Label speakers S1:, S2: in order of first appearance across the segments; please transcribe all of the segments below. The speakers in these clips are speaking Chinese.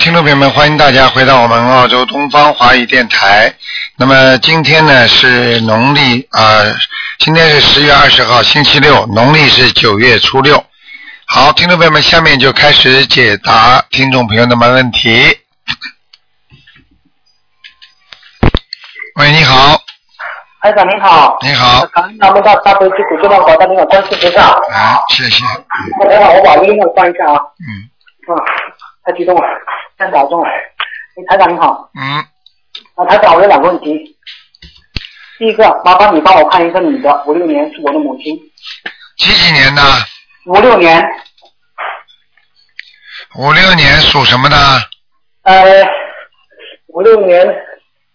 S1: 听众朋友们，欢迎大家回到我们澳洲东方华语电台。那么今天呢是农历啊、呃今天是十月二十号，星期六，农历是九月初六。好，听众朋友们，下面就开始解答听众朋友的问题。 喂，你好，
S2: 台长您好，
S1: 你好，
S2: 感恩南无大慈大悲救苦救难广大灵感观世菩萨。
S1: 啊，谢谢，
S2: 等会儿我把音量关一下啊，
S1: 嗯
S2: 啊，太激动了，太打中了。哎，台长您好，
S1: 嗯，
S2: 啊，台长我有两个问题，第一个麻烦你帮我看一个女的，五六年是我的母亲，
S1: 几几年的？
S2: 五六年，
S1: 五六年属什么的？
S2: 呃，五六年，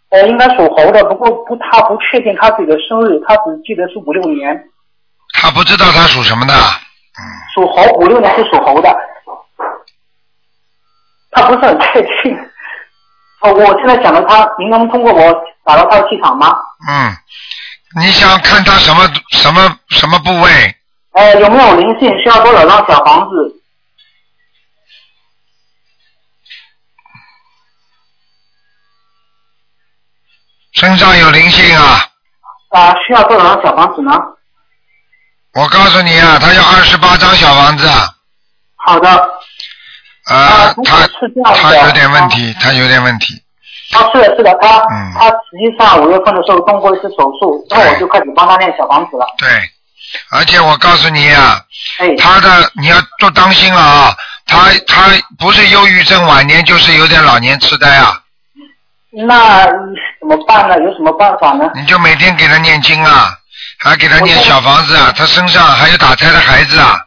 S2: 呃，应该属猴的，不过不，她不确定她自己的生日，她只记得是五六年，
S1: 他不知道他属什么的。
S2: 属猴，五六年是属猴的，他不是很确定。哦，我现在讲了他，您能通过我打到他的气场吗？
S1: 嗯，你想看他什么什么什么部位？
S2: 呃，有没有灵性？需要多少张小房子？
S1: 身上有灵性啊！
S2: 啊、需要多少张小房子呢？啊
S1: 我告诉你啊，他要二十八张小房子啊。
S2: 好的，
S1: 呃
S2: 啊如，果
S1: 他
S2: 是这样的
S1: 他有点问题，他有点问题。
S2: 啊，是的，是的，他、
S1: 嗯
S2: 他实际上五月份的时候动过一次手术，然后我就开始帮他练小房子了。
S1: 对，而且我告诉你啊，
S2: 哎，
S1: 他的你要多当心了啊，他他不是忧郁症晚年，就是有点老年痴呆啊。
S2: 那嗯怎么办呢？有什么办法呢？
S1: 你就每天给他念经啊，还给他念小房子啊，他身上还有打胎的孩子啊。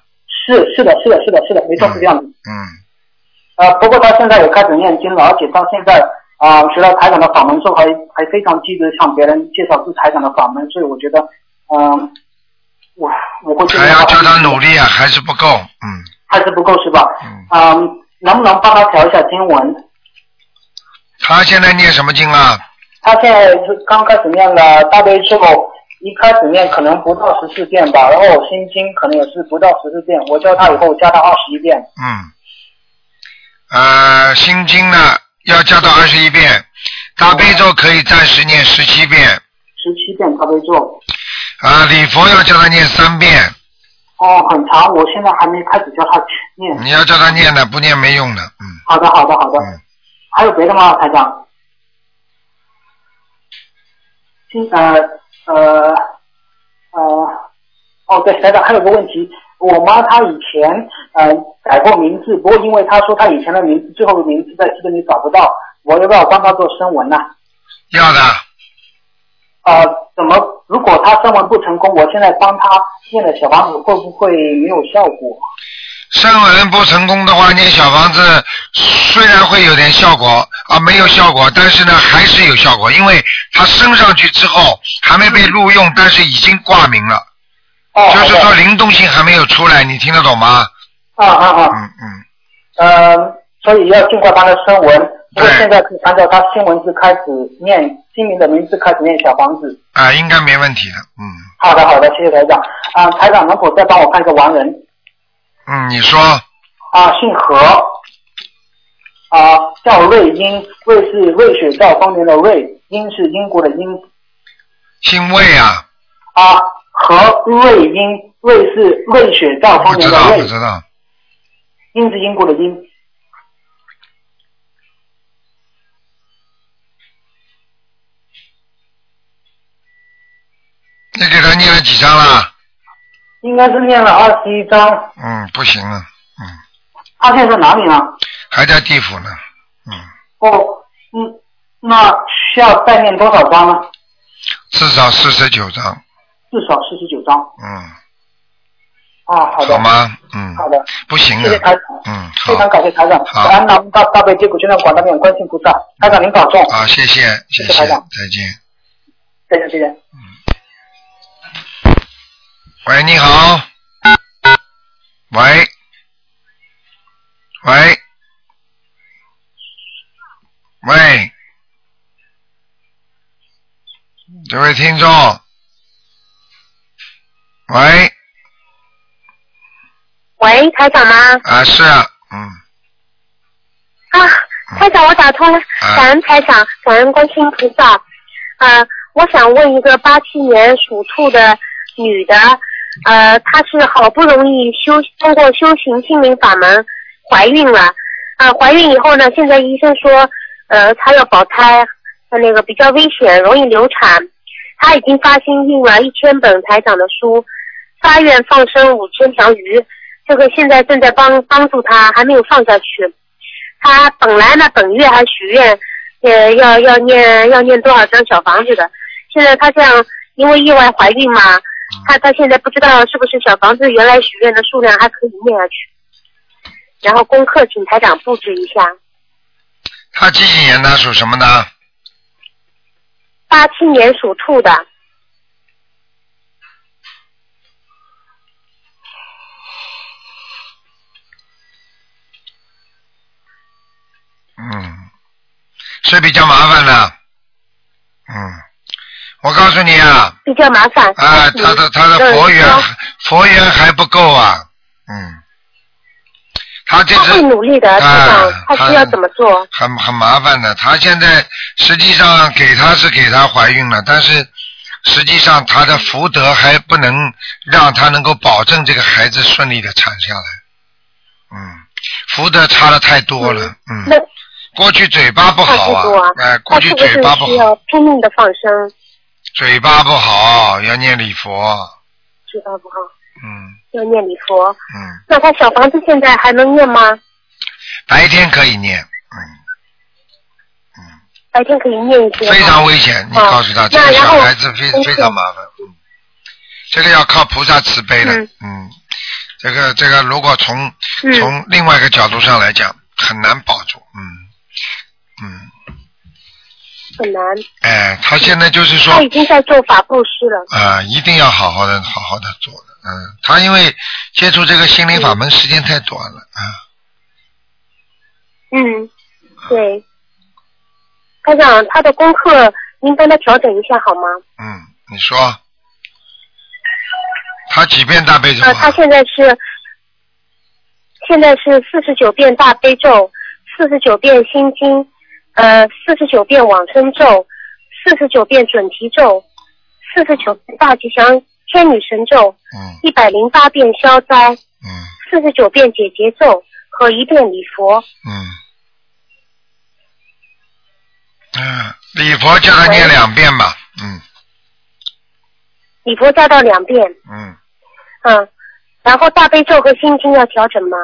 S2: 是是的，是的，是的，是的，没错，是这样的。
S1: 嗯，
S2: 呃，不过到现在也开始念经了，而且到现在啊、学了台长的法门之后还，还非常积极地向别人介绍是台长的法门，所以我觉得，嗯、我我会尽
S1: 还
S2: 量
S1: 要
S2: 把
S1: 叫他努，力啊，还是不够。嗯
S2: 还是不够是吧？
S1: 嗯。
S2: 嗯、能不能帮他调一下经文？
S1: 他现在念什么经啊？
S2: 他现在是刚开始念了大悲咒，一开始念可能不到十四遍吧，然后心经可能也是不到十四遍，我教他以后加到二十一遍。
S1: 嗯，呃，心经呢要加到二十一遍，大悲咒可以暂时念十七遍，
S2: 十七遍大悲咒，
S1: 啊、礼佛要叫他念三遍，
S2: 哦，很长，我现在还没开始教他念。
S1: 你要叫他念的，不念没用的。嗯，
S2: 好的，好的，好的。
S1: 嗯
S2: 还有别的吗，台长？今呃呃呃，哦对，台长还有个问题，我妈她以前呃改过名字，不过因为她说她以前的名字最后的名字在这个里找不到，我要不要帮她做声纹呢、
S1: 要的，
S2: 呃，怎么如果她声纹不成功，我现在帮她念的小房子会不会没有效果？
S1: 声纹不成功的话，念小房子虽然会有点效果啊，没有效果，但是呢还是有效果，因为他升上去之后还没被录用，但是已经挂名了，
S2: 哦，
S1: 就是
S2: 好
S1: 说
S2: 的
S1: 灵动性还没有出来，你听得懂吗？
S2: 啊啊啊！
S1: 嗯嗯。
S2: 呃，所以要经过他的声纹。不过
S1: 对
S2: 现在可以按照他新文字开始念新民的名字开始念小房子。
S1: 啊，应该没问题的，嗯
S2: 好的，好的，谢谢台长。啊、台长能否再帮我看一个亡人？
S1: 嗯，你说
S2: 啊、姓何，啊、叫瑞英，瑞是瑞雪兆丰年的瑞，英是英国的英，
S1: 姓魏啊？
S2: 啊、何瑞英，瑞是瑞雪兆丰
S1: 不
S2: 年
S1: 知
S2: 哦的
S1: 道，不
S2: 瑞，
S1: 知道，
S2: 英是英国的英。
S1: 你给他念了几张了？
S2: 应该是念了二十一章，
S1: 嗯，不行了，嗯，
S2: 他现在在哪里呢？
S1: 还在地府呢，嗯，
S2: 哦，嗯，那需要再念多少章呢？
S1: 至少四十九张，
S2: 至少四十九章。
S1: 嗯，
S2: 啊，好的，
S1: 好吗？嗯，
S2: 好的，
S1: 不行
S2: 谢谢
S1: 的，
S2: 台长，
S1: 嗯，
S2: 非常
S1: 好，
S2: 感谢台长，
S1: 好
S2: 感恩南无大大悲救苦救难广大面观世音菩萨，台长您保重，
S1: 好，啊谢谢，谢
S2: 谢谢
S1: 再
S2: 台长
S1: 见。
S2: 再见再见。
S1: 喂，你好，喂，喂，喂，这位听众，喂，
S3: 喂，台长吗？
S1: 啊，是啊，嗯，
S3: 啊，台长，我打通了，感恩台长，感恩观世音菩萨。啊、我想问一个八七年属兔的女的，呃，她是好不容易修通过修行心灵法门怀孕了，啊、怀孕以后呢，现在医生说，呃，她要保胎，呃那个比较危险，容易流产。她已经发心印了一千本台长的书，发愿放生五千条鱼，这个现在正在帮帮助她，还没有放下去。他本来呢，本月还许愿，呃，要要念要念多少张小房子的。现在他这样，因为意外怀孕
S1: 嗯
S3: 嘛，他他现在不知道是不是小房子原来许愿的数量还可以念下去。然后功课请台长布置一下。
S1: 他几几年的属什么的？
S3: 八七年属兔的，
S1: 嗯，是比较麻烦的。嗯，我告诉你啊，
S3: 比较麻烦。
S1: 啊，他的他的佛缘
S3: 嗯
S1: 佛缘还不够啊，嗯，他这
S3: 他会
S1: 是
S3: 努力的，台
S1: 啊
S3: 长，他需要怎么做？
S1: 很很麻烦的。他现在实际上给他是给他怀孕了，但是实际上他的福德还不能让他能够保证这个孩子顺利的产下来。嗯，福德差的太多了。嗯，
S3: 那
S1: 过去嘴巴不
S3: 太
S1: 好
S3: 不多
S1: 啊，哎、
S3: 他
S1: 过去
S3: 是不
S1: 嘴
S3: 是
S1: 巴不
S3: 需
S1: 好，
S3: 要拼命的放生？
S1: 嘴巴不好要念礼佛。
S3: 知道不好，
S1: 嗯
S3: 要念礼佛。
S1: 嗯，
S3: 那他小房子现在还能念吗？
S1: 白天可以念，
S3: 白天可以念一些吗
S1: 非常危险。你
S3: 哦
S1: 告诉他，这
S3: 那
S1: 个
S3: 然
S1: 小
S3: 后
S1: 孩子非
S3: 功课
S1: 非常麻烦。嗯，这个要靠菩萨慈悲的。
S3: 嗯
S1: 嗯，这个这个如果从
S3: 嗯，
S1: 从另外一个角度上来讲，很难保住。嗯嗯，
S3: 很难。
S1: 哎，他现在就是说
S3: 他已经在做法布施了，
S1: 啊、一定要好好的好好的做的。嗯，他因为接触这个心灵法门时间太短了啊。
S3: 嗯，对。台长，他的功课您帮他调整一下好吗？
S1: 嗯，你说，他几遍大悲咒
S3: 呃，他
S1: 啊？
S3: 现在是现在是四十九遍大悲咒，四十九遍心经，呃，四十九遍往生咒，四十九遍准提咒，四十九遍大吉祥天女神咒，
S1: 嗯
S3: 一百零八遍消灾，
S1: 嗯
S3: 四十九遍解结咒和一遍礼佛。
S1: 嗯。嗯，礼佛叫他念两遍吧。嗯
S3: 礼佛加到两遍，
S1: 嗯，
S3: 嗯，然后大悲咒和心经要调整吗？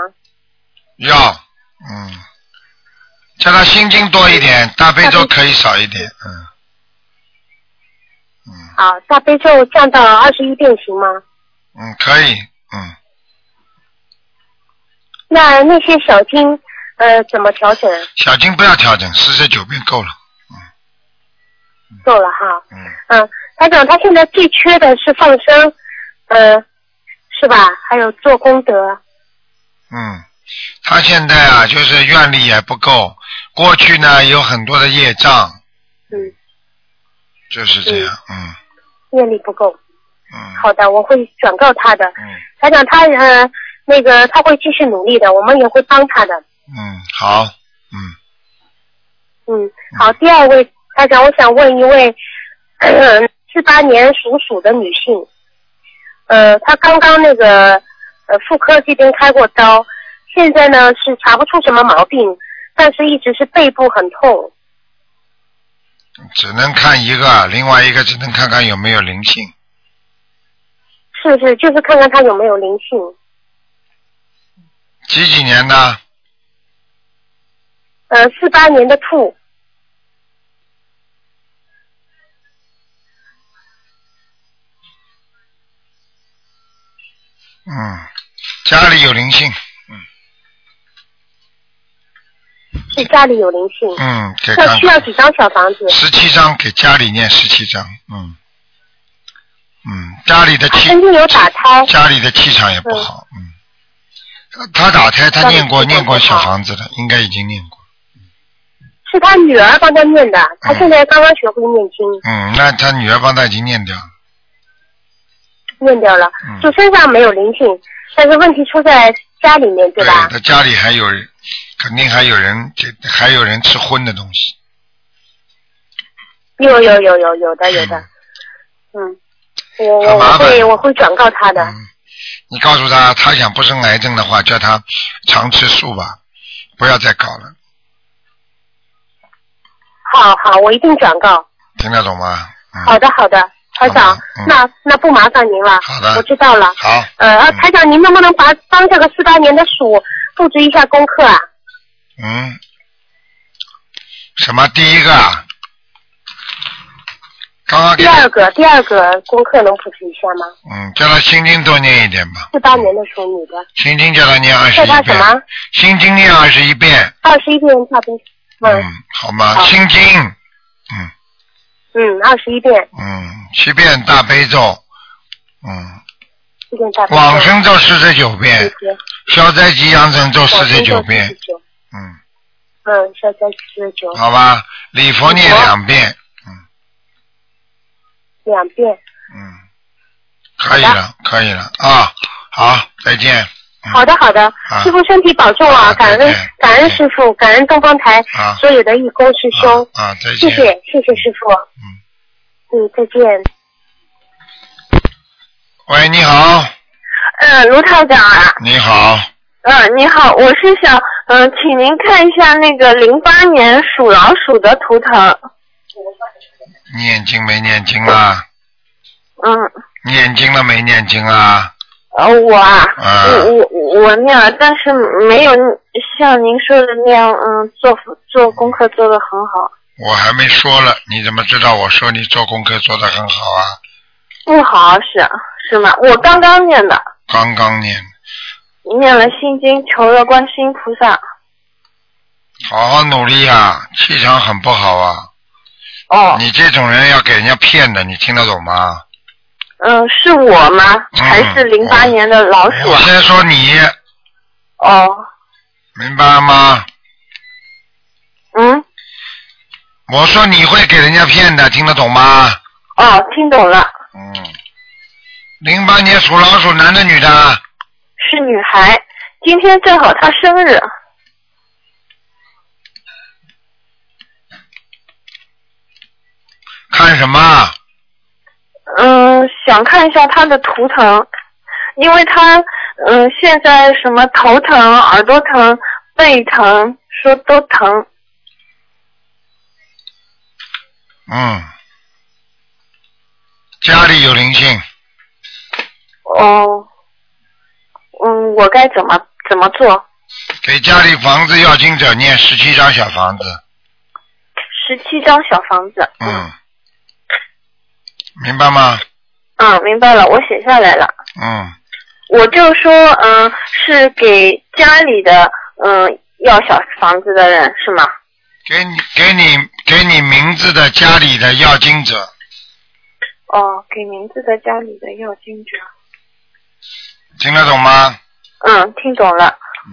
S1: 要嗯，叫他心经多一点，大悲咒可以少一点。嗯，
S3: 好，大悲咒降到二十一遍行吗？
S1: 嗯，可以。嗯，
S3: 那那些小经，呃，怎么调整？
S1: 小经不要调整，四十九遍够了。
S3: 够了哈，
S1: 嗯，
S3: 嗯，台长，他现在最缺的是放生，呃，是吧？还有做功德，
S1: 嗯，他现在啊，就是愿力也不够，过去呢有很多的业障，
S3: 嗯，
S1: 就是这样。嗯
S3: 愿力不够。
S1: 嗯
S3: 好的，我会转告他的。
S1: 嗯
S3: 台长，他呃，那个他会继续努力的，我们也会帮他的。
S1: 嗯，好，嗯，
S3: 嗯，好，第二位台长，我想问一位四八年属鼠的女性，呃，她刚刚那个呃妇科这边开过刀，现在呢是查不出什么毛病，但是一直是背部很痛。
S1: 只能看一个，另外一个只能看看有没有灵性。
S3: 是不是？就是看看她有没有灵性。
S1: 几几年的？
S3: 呃，四八年的兔，
S1: 嗯，家里有灵性。
S3: 是家里有灵性。
S1: 嗯，给
S3: 那
S1: 看
S3: 需要几张小房子？
S1: 十七章给家里念十七章。嗯嗯，家里的
S3: 她
S1: 气，
S3: 曾啊经有打胎，
S1: 家里的气场也不好。嗯，他他打胎，他念过
S3: 家里气场
S1: 念过
S3: 不
S1: 小
S3: 好
S1: 房子的，应该已经念过。
S3: 是她女儿帮她念的，她现在刚刚学会念经，
S1: 嗯，那他女儿帮他已经念掉了。
S3: 念掉了。
S1: 嗯，
S3: 就身上没有灵性，但是问题出在家里面，对吧？
S1: 他家里还有肯定还有人这还有人吃荤的东西。
S3: 有有有有有的有的，嗯，我
S1: 很
S3: 我
S1: 麻烦嗯
S3: 我会我会转告他的。
S1: 你告诉他，他想不生癌症的话，叫他常吃素吧，不要再搞了，
S3: 好好，我一定转告。
S1: 听得懂吗？嗯，
S3: 好的好的，台长，
S1: 嗯
S3: 那那不麻烦您了。
S1: 好的
S3: 我知道了。
S1: 好，嗯
S3: 呃，啊台长，您能不能把帮这个四八年的鼠布置一下功课啊？
S1: 嗯，什么？第一个啊，刚刚给
S3: 第
S1: 他
S3: 二个第二个功课能布置一下吗？
S1: 嗯，叫他心经多念一点吧，
S3: 四八年的属女的，
S1: 心经叫他念二十
S3: 在他
S1: 一
S3: 什么
S1: 遍，心经念二十一遍，
S3: 二十一遍大悲咒。
S1: 嗯
S3: 嗯，
S1: 好吗？
S3: 好
S1: 心经，
S3: 嗯，二十一遍，
S1: 嗯，七遍大悲咒，嗯，
S3: 一遍大悲咒。
S1: 往生咒四十九
S3: 谢
S1: 遍，
S3: 谢。
S1: 消灾吉祥神咒四
S3: 往
S1: 十
S3: 生咒
S1: 九遍，
S3: 49。
S1: 嗯，
S3: 嗯，消灾四十九
S1: 好吧，礼佛念两遍，
S3: 两遍。
S1: 嗯，可以了，可以了啊，好，再见，嗯
S3: 好的，好的
S1: 啊，
S3: 师傅身体保重啊！
S1: 啊
S3: 感
S1: 再
S3: 恩
S1: 见
S3: 感
S1: 再
S3: 恩
S1: 见
S3: 师傅，感恩东方台
S1: 啊
S3: 所有的义工师兄，
S1: 啊，啊再
S3: 谢
S1: 见，
S3: 谢谢谢师傅。嗯，再见。
S1: 喂，你好，
S4: 嗯，卢台长啊，
S1: 你好，
S4: 嗯，你好，我是想，嗯，请您看一下那个零八年属老鼠的图腾。
S1: 念经没念经啊？
S4: 嗯，
S1: 念经了没念经啊？
S4: 呃，我啊，
S1: 啊
S3: 嗯
S4: 我我我念了，但是没有像您说的那样，嗯，做做功课做得很好。
S1: 我还没说了，你怎么知道我说你做功课做得很好啊？
S4: 不好是是吗？我刚刚念的，
S1: 刚刚念，
S4: 念了心经，求了观世音菩萨。
S1: 好好努力啊，气场很不好啊。
S4: 哦，
S1: 你这种人要给人家骗的，你听得懂吗？
S4: 嗯，是我吗？还是零八年的老鼠
S1: 我
S4: 啊？
S1: 先说你，
S4: 哦，
S1: 明白吗？
S4: 嗯，
S1: 我说你会给人家骗的，听得懂吗？
S4: 哦，听懂了，
S1: 嗯。零八年属老鼠，男的女的？
S4: 是女孩。今天正好她生日。
S1: 看什么？
S4: 嗯，想看一下他的图腾，因为他嗯现在什么头疼、耳朵疼、背疼，说都疼。
S1: 嗯。家里有灵性，
S4: 哦，嗯，我该怎么怎么做？
S1: 给家里房子要经者念十七张小房子。
S4: 十七张小房子。
S1: 嗯，明白吗？
S4: 嗯，明白了，我写下来了。
S1: 嗯，
S4: 我就说，嗯，是给家里的嗯要小房子的人是吗？
S1: 给你给你给你名字的家里的要经者，
S4: 哦，给名字的家里的要经者。
S1: 听得懂吗？
S4: 嗯，听懂了。
S1: 嗯，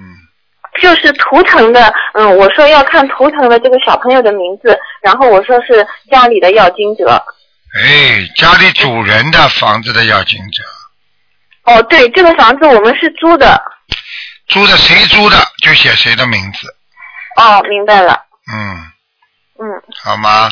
S4: 就是图腾的，嗯，我说要看图腾的这个小朋友的名字，然后我说是家里的要经者。
S1: 哎，家里主人的房子的要经者，
S4: 哦，对，这个房子我们是租的。
S1: 租的谁租的就写谁的名字。
S4: 哦，明白了。
S1: 嗯，
S4: 嗯
S1: 好吗？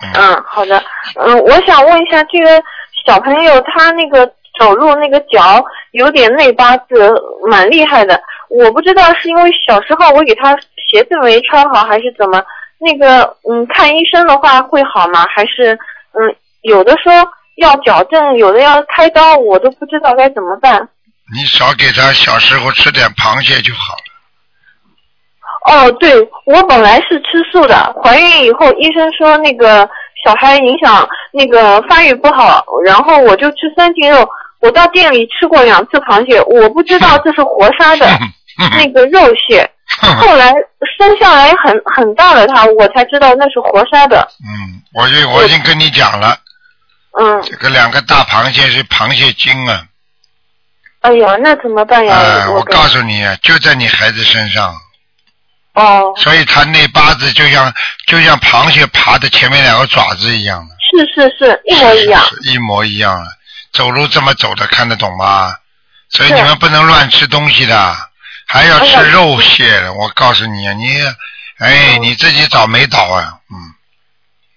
S1: 嗯，
S4: 嗯，好的。嗯，我想问一下，这个小朋友他那个走路那个脚有点内八字，蛮厉害的。我不知道是因为小时候我给他鞋子没穿好，还是怎么？那个，嗯，看医生的话会好吗？还是，嗯，有的说要矫正，有的要开刀，我都不知道该怎么办。
S1: 你少给他小时候吃点螃蟹就好了。
S4: 哦，对，我本来是吃素的，怀孕以后医生说那个小孩影响那个发育不好，然后我就吃三斤肉。我到店里吃过两次螃蟹，我不知道这是活 杀的那个肉蟹。后来生下来很很大的它，我才知道那是活杀的。
S1: 嗯，我就我已经跟你讲了，
S4: 嗯，
S1: 这个两个大螃蟹是螃蟹精啊。
S4: 哎呀，那怎么办呀？
S1: 哎，我
S4: 该
S1: 告诉你，就在你孩子身上。
S4: 哦，
S1: 所以他那八字就像就像螃蟹爬的前面两个爪子一样的，
S4: 是是是，一模一样。
S1: 是一模一样的，走路这么走的，看得懂吗？所以
S4: 是哎
S1: 你们不能乱吃东西的，还要吃肉蟹的。我告诉你，你，哎，你自己找没找啊？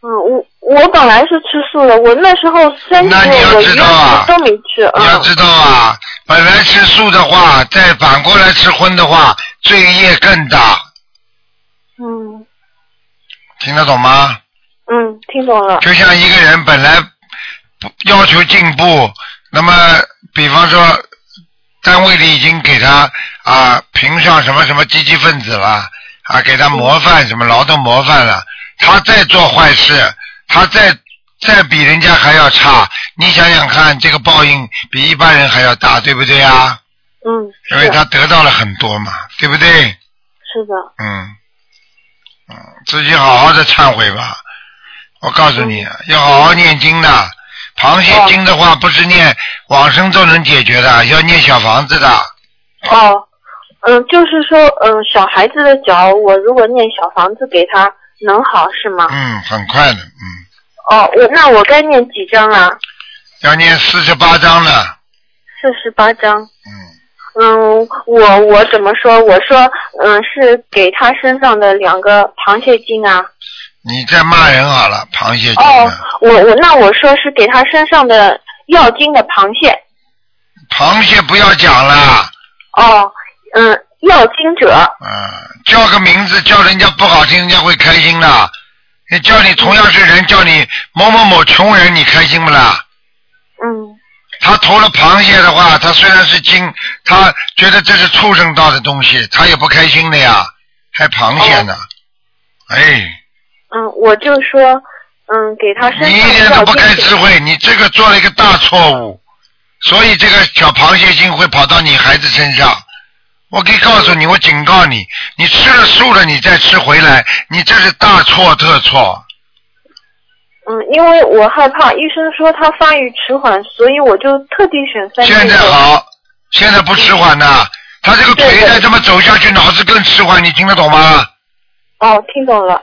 S1: 嗯，
S4: 嗯，我我本来是吃素的，我那时候三
S1: 那
S4: 十
S1: 你
S4: 天
S1: 要
S4: 我一
S1: 知
S4: 个
S1: 道啊
S4: 吃都没吃，
S1: 你要
S4: 嗯，
S1: 知道啊，本来吃素的话，再反过来吃荤的话，罪业更大，
S4: 嗯
S1: 听得懂吗？
S4: 嗯，听懂
S3: 啊
S4: 了，
S1: 就像一个人本来不要求进步，那么比方说单位里已经给他啊评上什么什么积极分子了啊，给他模范什么劳动模范了，他再做坏事，他再再比人家还要差，你想想看，这个报应比一般人还要大，对不对啊？
S4: 嗯，
S1: 因为
S4: 是
S1: 他得到了很多嘛，对不对？
S4: 是的，
S1: 嗯，嗯，自己好好的忏悔吧。我告诉你，
S4: 嗯
S1: 要好好念经的。螃
S4: 哦
S1: 蟹经的话，不是念往生咒能解决的，要念小房子的。
S4: 哦，嗯，就是说，嗯，小孩子的脚，我如果念小房子给他，能好是吗？
S1: 嗯，很快的，嗯，
S4: 哦，我那我该念几张啊？
S1: 要念四十八章的。
S4: 四十八张。
S1: 嗯，
S4: 嗯，我我怎么说？我说，嗯，是给他身上的两个螃蟹精啊。
S1: 你再骂人好了，螃蟹经
S4: 哦
S1: 的。，啊
S4: 我我那我说是给他身上的药精的螃蟹。
S1: 螃蟹不要讲了，
S4: 哦，嗯，药精者。
S1: 嗯，叫个名字叫人家不好听，人家会开心的。你叫你同样是人，叫你某某某穷人，你开心不啦？
S4: 嗯
S1: 他投了螃蟹的话，他虽然是精，他觉得这是畜生道的东西，他也不开心的呀，还螃蟹呢，
S4: 哦
S1: 哎，
S4: 嗯，我就说，嗯，给他身上
S1: 你一点
S4: 的
S1: 都
S4: 药
S1: 不
S4: 精
S1: 开
S4: 者
S1: 智慧，你这个做了一个大错误，所以这个小螃蟹精会跑到你孩子身上。我可以告诉你，我警告你，你吃了素了，你再吃回来，你这是大错特错。
S4: 嗯，因为我害怕，医生说他发育迟缓，所以我就特地选三天
S1: 现在好，现在不迟缓呐，他这个
S4: 嗯对
S1: 腿
S4: 对
S1: 再这么走下去，脑子更迟缓，你听得懂吗？
S4: 哦，听懂了。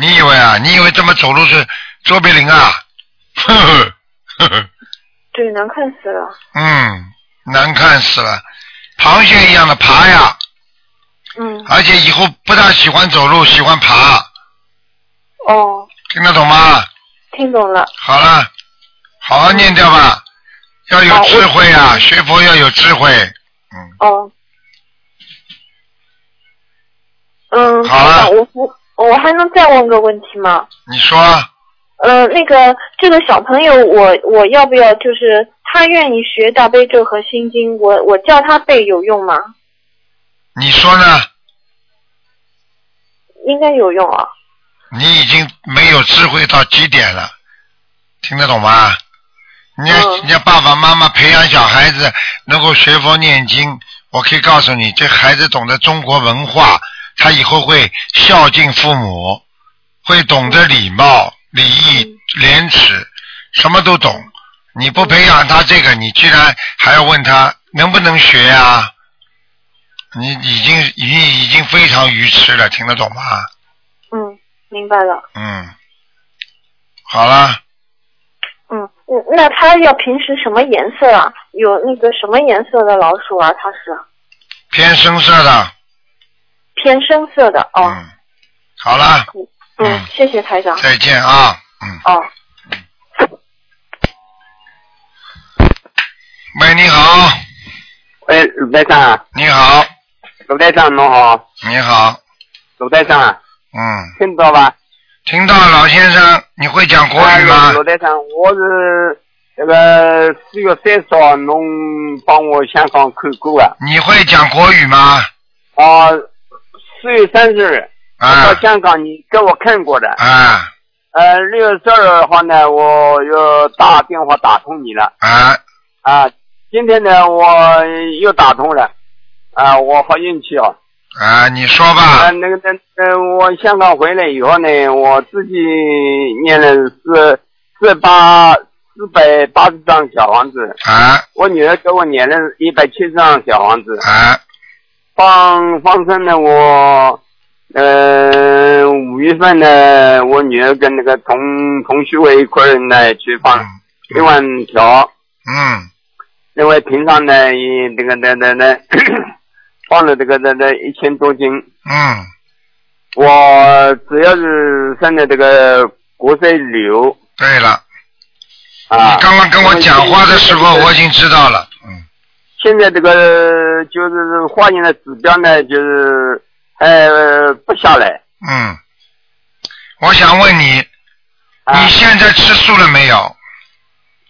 S1: 你以为啊？你以为这么走路是卓别林啊？呵呵呵呵，
S4: 对，难看死了。
S1: 嗯，难看死了，螃蟹一样的爬呀，
S4: 嗯，
S1: 而且以后不大喜欢走路，喜欢爬，
S4: 哦，
S1: 听得懂吗？
S4: 听懂了。
S1: 好了，好好念掉吧，要有
S4: 好
S1: 智慧啊，学佛要有智慧。嗯，
S4: 哦，嗯，
S1: 好了
S4: 台长我不，我还能再问个问题吗？
S1: 你说
S4: 呃，那个这个小朋友我，我要不要就是他愿意学大悲咒和心经，我我叫他背有用吗？
S1: 你说呢？
S4: 应该有用啊。
S1: 你已经没有智慧到极点了，听得懂吗？人家、
S4: 嗯
S1: 人家爸爸妈妈培养小孩子能够学佛念经，我可以告诉你，这孩子懂得中国文化，他以后会孝敬父母，会懂得礼貌、礼义、廉耻，什么都懂。你不培养他这个，你居然还要问他能不能学啊？你已经你已经非常愚痴了，听得懂吗？
S4: 嗯，明白了。
S1: 嗯，好了，
S4: 嗯，嗯那他要平时什么颜色啊？有那个什么颜色的老鼠啊？它是
S1: 偏深色的，
S4: 偏深色的哦。
S1: 嗯，好了，
S4: 嗯，
S1: 嗯
S4: 谢谢台长。
S1: 再见啊，嗯，
S4: 哦，
S1: 喂，你好，
S5: 哎，鲁台长啊，
S1: 你好，
S5: 鲁台长侬好，
S1: 你好，
S5: 鲁台长啊，
S1: 嗯，
S5: 听得到吧？
S1: 听到老先生，你会讲国语
S5: 啊
S1: 吗
S5: 鲁？鲁台长，我是那个四月三十号，侬帮我香港看过啊？
S1: 你会讲国语吗？
S5: 啊，四月三十日我
S1: 啊
S5: 到香港，你给我看过的。
S1: 啊
S5: 呃，六月十二号呢，我又打电话打通你了
S1: 啊，
S5: 啊。今天呢，我又打通了啊，我好运气哦。
S1: 啊，你说
S5: 啊，
S1: 吧，
S5: 那个，那呃，我香港回来以后呢，我自己念了四四八四百八十张小房子，
S1: 啊
S5: 我女儿给我念了一百七十张小房子，
S1: 啊
S5: 放放生呢，我呃五月份呢，我女儿跟那个同同学会一块儿呢去放
S1: 嗯
S5: 一万条，
S1: 嗯
S5: 因为平常呢，也那个那那那 放了这个那那一千多斤，
S1: 嗯
S5: 我只要是生了这个国税瘤
S1: 对了，
S5: 啊，
S1: 你刚刚跟我讲话的时候我已经知道了，嗯，
S5: 现在这个就是化验的指标呢，就是呃不下来。
S1: 嗯，我想问你，
S5: 啊
S1: 你现在吃素了没有？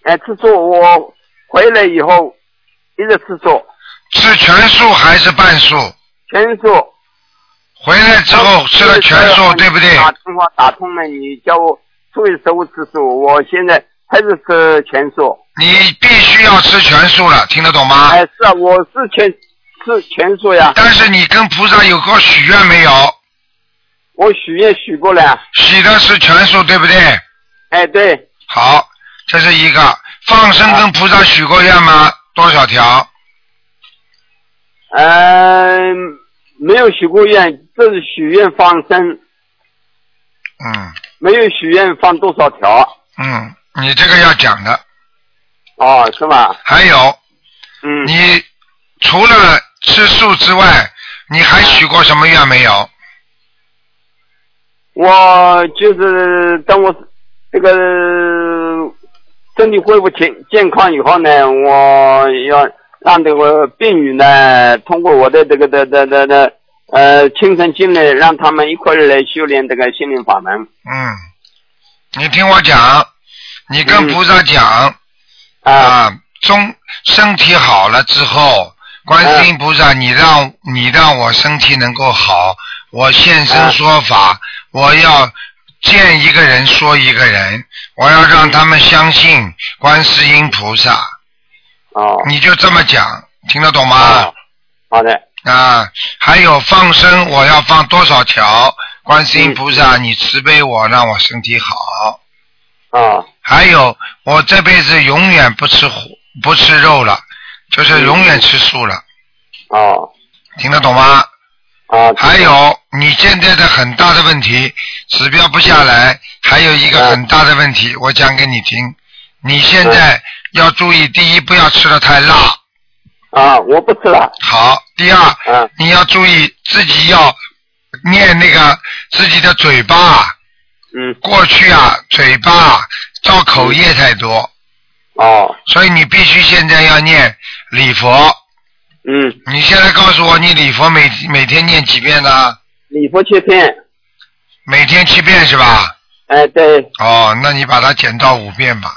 S5: 哎，吃素我回来以后一直吃素，
S1: 吃全素还是半素？
S5: 全素。哎
S1: 回来之后吃了全素，对不对？
S5: 打电话打通了，你叫我初一十五吃素，我现在还是吃全素。
S1: 你必须要吃全素了，听得懂吗？
S5: 哎，是啊，我是全吃全素呀，
S1: 但是你跟菩萨有过许愿没有？
S5: 我许愿许过了。
S1: 许的是全素，对不对？
S5: 哎，对，
S1: 好，这是一个放生跟菩萨许过愿吗？啊多少条？
S5: 嗯、没有许过愿，这是许愿放生，
S1: 嗯
S5: 没有许愿放多少条。
S1: 嗯，你这个要讲的。
S5: 哦，是吧？
S1: 还有，
S5: 嗯，
S1: 你除了吃素之外，你还许过什么愿没有？
S5: 我就是等我这个身体恢复健健康以后呢，我要让这个病友呢，通过我的这个的的的的呃亲身经历，让他们一块儿来修炼这个心灵法门
S1: 嗯，你听我讲，你跟
S5: 嗯
S1: 菩萨讲、
S5: 啊。
S1: 啊，中身体好了之后，观世音菩萨，你让你让我身体能够好，我现身说法，
S5: 啊
S1: 我要见一个人说一个人，我要让他们相信观世音菩萨，
S5: 哦，
S1: 你就这么讲，听得懂吗？
S5: 哦好的，
S1: 啊，还有放生，我要放多少条？观世音菩
S5: 嗯
S1: 萨，你慈悲我，让我身体好。
S5: 哦，
S1: 还有，我这辈子永远不吃火，不吃肉了，就是永远吃素了，
S5: 哦，
S1: 听得懂吗？
S5: 哦，
S1: 还有，你现在的很大的问题，指标不下来，还有一个
S5: 嗯
S1: 很大的问题，我讲给你听。你现在要注意，第一，不要吃的太辣，
S5: 啊，我不吃了，
S1: 好；第二，
S5: 啊，
S1: 你要注意自己要念那个自己的嘴巴，
S5: 嗯，
S1: 过去啊嘴巴造口业太多，
S5: 哦，
S1: 所以你必须现在要念礼佛。
S5: 嗯，
S1: 你现在告诉我，你礼佛每每天念几遍呢？
S5: 礼佛切片，
S1: 每天七遍是吧？
S5: 哎，对，
S1: 哦，那你把它减到五遍吧。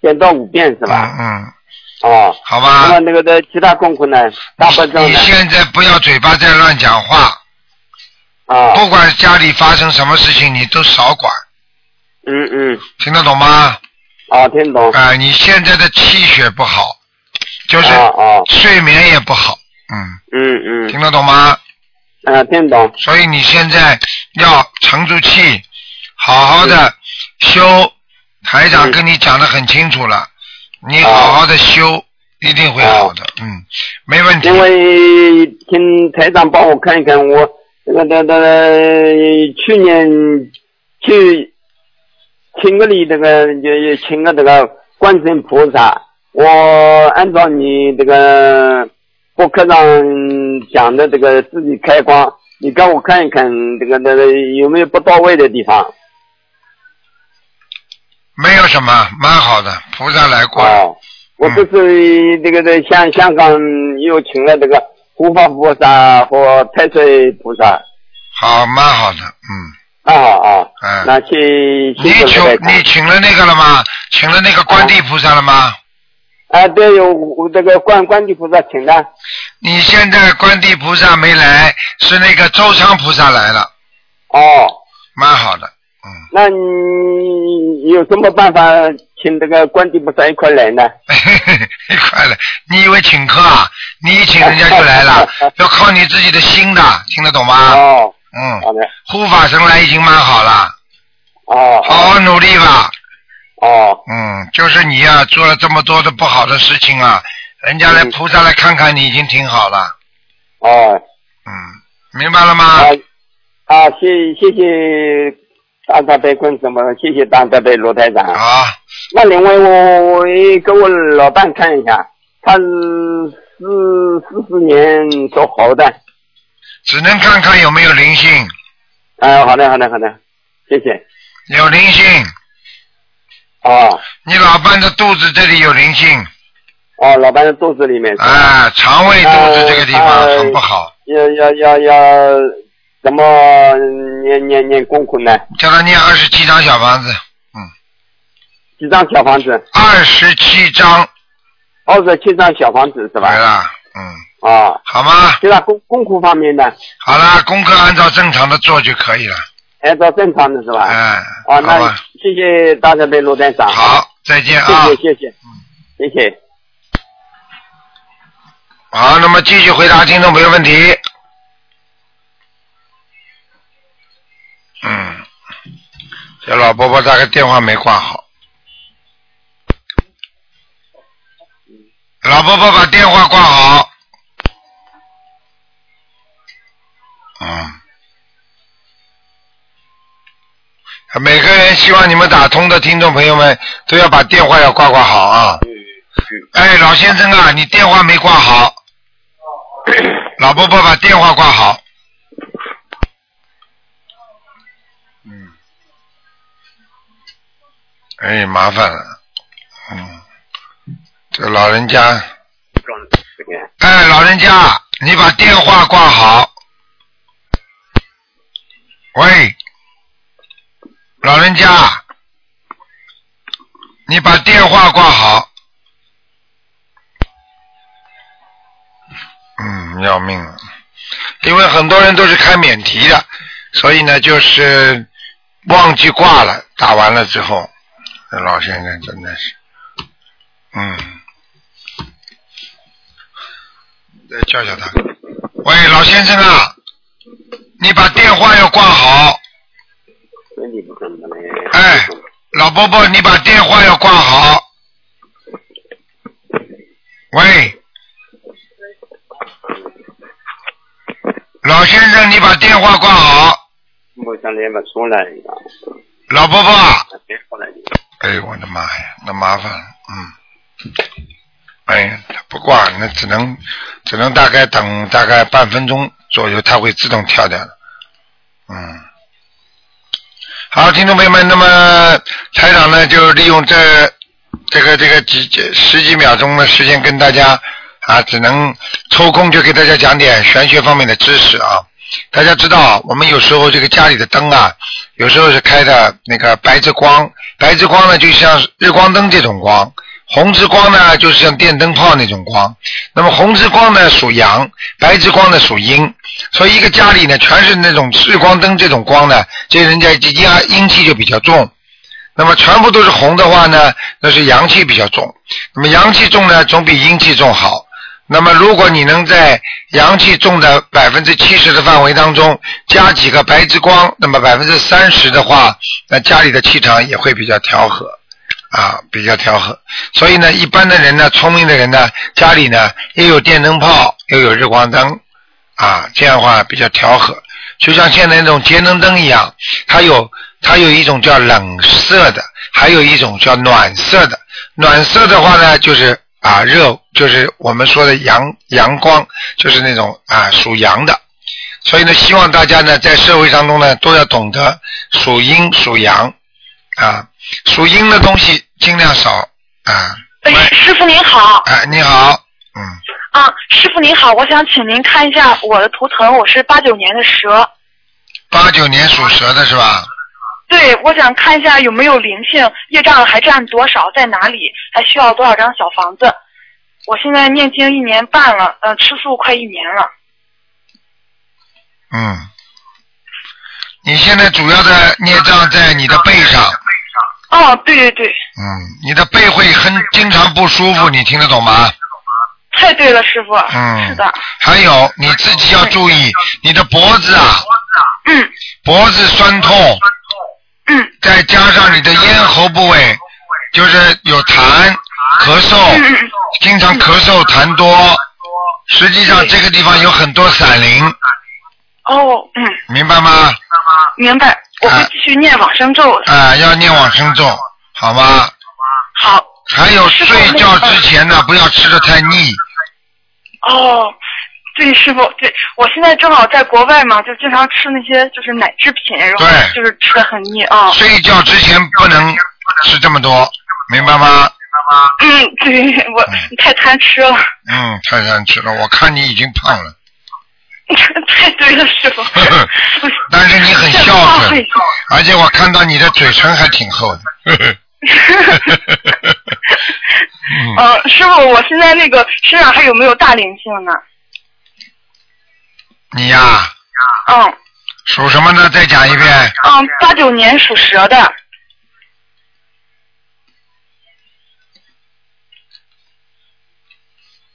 S5: 减到五遍是
S1: 嗯
S5: 吧？
S1: 嗯，
S5: 哦，
S1: 好
S5: 那么
S1: 吧。
S5: 那个的其他功课呢？大悲咒
S1: 你
S5: 呢？
S1: 现在不要嘴巴再乱讲话，
S5: 啊，
S1: 不管家里发生什么事情，你都少管，
S5: 嗯嗯，
S1: 听得懂吗？
S5: 哦，听懂。
S1: 啊、你现在的气血不好，就是
S5: 哦哦，
S1: 睡眠也不好，嗯，
S5: 嗯嗯，
S1: 听得懂吗？
S5: 啊，听懂。
S1: 所以你现在要沉住气，好好的修。台长
S5: 嗯
S1: 跟你讲的很清楚了，你
S5: 哦
S1: 好好的修，一定会好
S5: 啊
S1: 的，嗯，没问题
S5: 因。为请台长帮我看一看，我这个这个去年去请个你这个也也请个这个观世音菩萨，我按照你这个博客上讲的这个自己开光，你给我看一看这个这个有没有不到位的地方？
S1: 没有什么，蛮好的，菩萨来过嗯了，
S5: 哦，我这次这个在香香港又请了这个护法菩萨和太岁菩萨
S1: 好，蛮好的，嗯，
S5: 啊啊，
S1: 嗯
S5: 那去
S1: 你
S5: 新
S1: 请
S5: 来
S1: 你请了那个了吗？请了那个观地菩萨了吗？
S5: 啊，对，有我这个观观地菩萨请的
S1: 你现在观地菩萨没来，是那个周仓菩萨来了，
S5: 哦。
S1: 蛮好的，嗯，
S5: 那你有什么办法请这个观地菩萨一块来呢？
S1: 快了，你以为请客啊？你一请人家就来 了，要靠你自己的心的，听得懂吗？
S5: 哦，好
S1: 嗯，
S5: 的，
S1: 护法神来已经蛮好了，
S5: 哦
S1: 好好努力吧。
S5: 哦
S1: 嗯，就是你呀、做了这么多的不好的事情啊，人家来
S5: 嗯
S1: 菩萨来看看你已经挺好了，
S5: 哦
S1: 嗯，明白了吗
S5: 啊？啊，谢谢谢大大悲观什么，谢谢大大悲罗台长。
S1: 好，
S5: 那另外我我也给我老伴看一下，他是四四四年属猴的。
S1: 只能看看有没有灵性，
S5: 啊，好的，好的，好的，谢谢。
S1: 有灵性，
S5: 哦，
S1: 你老伴的肚子这里有灵性，
S5: 哦，老伴的肚子里面。
S1: 啊，肠胃肚子这个地方
S5: 呃
S1: 很不好，
S5: 要要要要怎么念念念功课呢？
S1: 叫他念二十七张小房子，嗯
S5: 几张小房子？
S1: 二十七张，
S5: 二十七张小房子是
S1: 来
S5: 吧？
S1: 了，嗯，
S5: 啊，
S1: 好吗？
S5: 就在功功课方面的，
S1: 好啦，功课按照正常的做就可以了，
S5: 按照正常的是吧？
S1: 哎，
S5: 啊，
S1: 好
S5: 那
S1: 吧，
S5: 谢谢大家的罗站长。，
S1: 好，再见啊，
S5: 谢谢谢谢，谢谢。
S1: 好，那么继续回答听众朋友问题，嗯，这老伯伯大概电话没挂好。老伯伯把电话挂好。嗯。每个人希望你们打通的听众朋友们都要把电话要挂挂好啊。哎，老先生啊，你电话没挂好。老伯伯把电话挂好。嗯。哎，麻烦了。嗯。这老人家。哎，老人家，你把电话挂好。喂，老人家，你把电话挂好。嗯，要命了，因为很多人都是开免提的，所以呢，就是忘记挂了，打完了之后，这老先生真的是，嗯，再哎叫叫他。喂，老先生啊，你把电话要挂好，
S5: 那你不可能嘞
S1: 哎，老伯伯，你把电话要挂好。喂，老先生，你把电话挂好。
S5: 我想连不出来一个，
S1: 老伯伯啊，
S5: 连出来一个。
S1: 哎，我的妈呀，那麻烦了，嗯。哎呀，他不挂，那只能只能大概等大概半分钟左右，它会自动跳掉的。嗯。好，听众朋友们，那么台长呢，就利用这这个这个几几十几秒钟的时间，跟大家啊，只能抽空就给大家讲点玄学方面的知识啊。大家知道，我们有时候这个家里的灯啊，有时候是开的那个白炽光，白炽光呢就像日光灯这种光，红之光呢就是像电灯泡那种光。那么红之光呢属阳，白之光呢属阴，所以一个家里呢全是那种日光灯这种光呢，这人家家阴气就比较重。那么全部都是红的话呢，那是阳气比较重。那么阳气重呢，总比阴气重好。那么如果你能在阳气重的百分之七十的范围当中加几个白之光，那么百分之三十的话，那家里的气场也会比较调和，啊，比较调和。所以呢，一般的人呢，聪明的人呢，家里呢又有电灯泡，又有日光灯，啊，这样的话比较调和。就像现在那种节能灯一样，它有它有一种叫冷色的，还有一种叫暖色的。暖色的话呢，就是啊热，就是我们说的阳阳光，就是那种啊属阳的。所以呢，希望大家呢在社会当中呢都要懂得属阴属阳啊，属阴的东西尽量少啊。
S6: 哎，师傅您好
S1: 哎，你好，嗯，
S6: 啊，师傅您好，我想请您看一下我的图腾，我是八九年的蛇，
S1: 八九年属蛇的是吧？
S6: 对，我想看一下有没有灵性，业障还占多少，在哪里，还需要多少张小房子？我现在念经一年半了，呃，吃素快一年了，
S1: 嗯，你现在主要的孽障在你的背上，
S6: 哦，对对对，
S1: 嗯，你的背会很经常不舒服，
S6: 嗯
S1: 你听得懂吗？
S6: 太对了，师傅，
S1: 嗯
S6: 是的，
S1: 还有你自己要注意，你的脖子啊，
S6: 嗯
S1: 脖子酸痛，
S6: 嗯
S1: 再加上你的咽喉部位，就是有痰、咳
S6: 嗯
S1: 嗽，
S6: 嗯，
S1: 经常咳嗽痰多，实际上这个地方有很多散灵，
S6: 哦，嗯，
S1: 明白吗？
S6: 明白，我会
S1: 啊
S6: 继续念往生咒的，
S1: 啊、要念往生咒，好吗？
S6: 好，
S1: 还有睡觉之前呢，不要吃的太腻。
S6: 哦，对，师傅，对我现在正好在国外嘛，就经常吃那些就是奶制品，然后
S1: 对
S6: 就是吃的很腻啊。
S1: 睡觉之前不能吃这么多，明白吗？
S6: 嗯，对我你太贪吃了，
S1: 嗯，太难吃了，我看你已经胖了，
S6: 太对了，师傅。
S1: 但是你很
S6: 这
S1: 孝
S6: 话
S1: 顺
S6: 费，
S1: 而且我看到你的嘴唇还挺厚的。 嗯，
S6: 呃，师傅，我现在那个身上还有没有大灵性呢？
S1: 你呀、
S6: 嗯
S1: 属什么呢？再讲一遍。
S2: 哦
S6: 嗯，八九年属蛇的，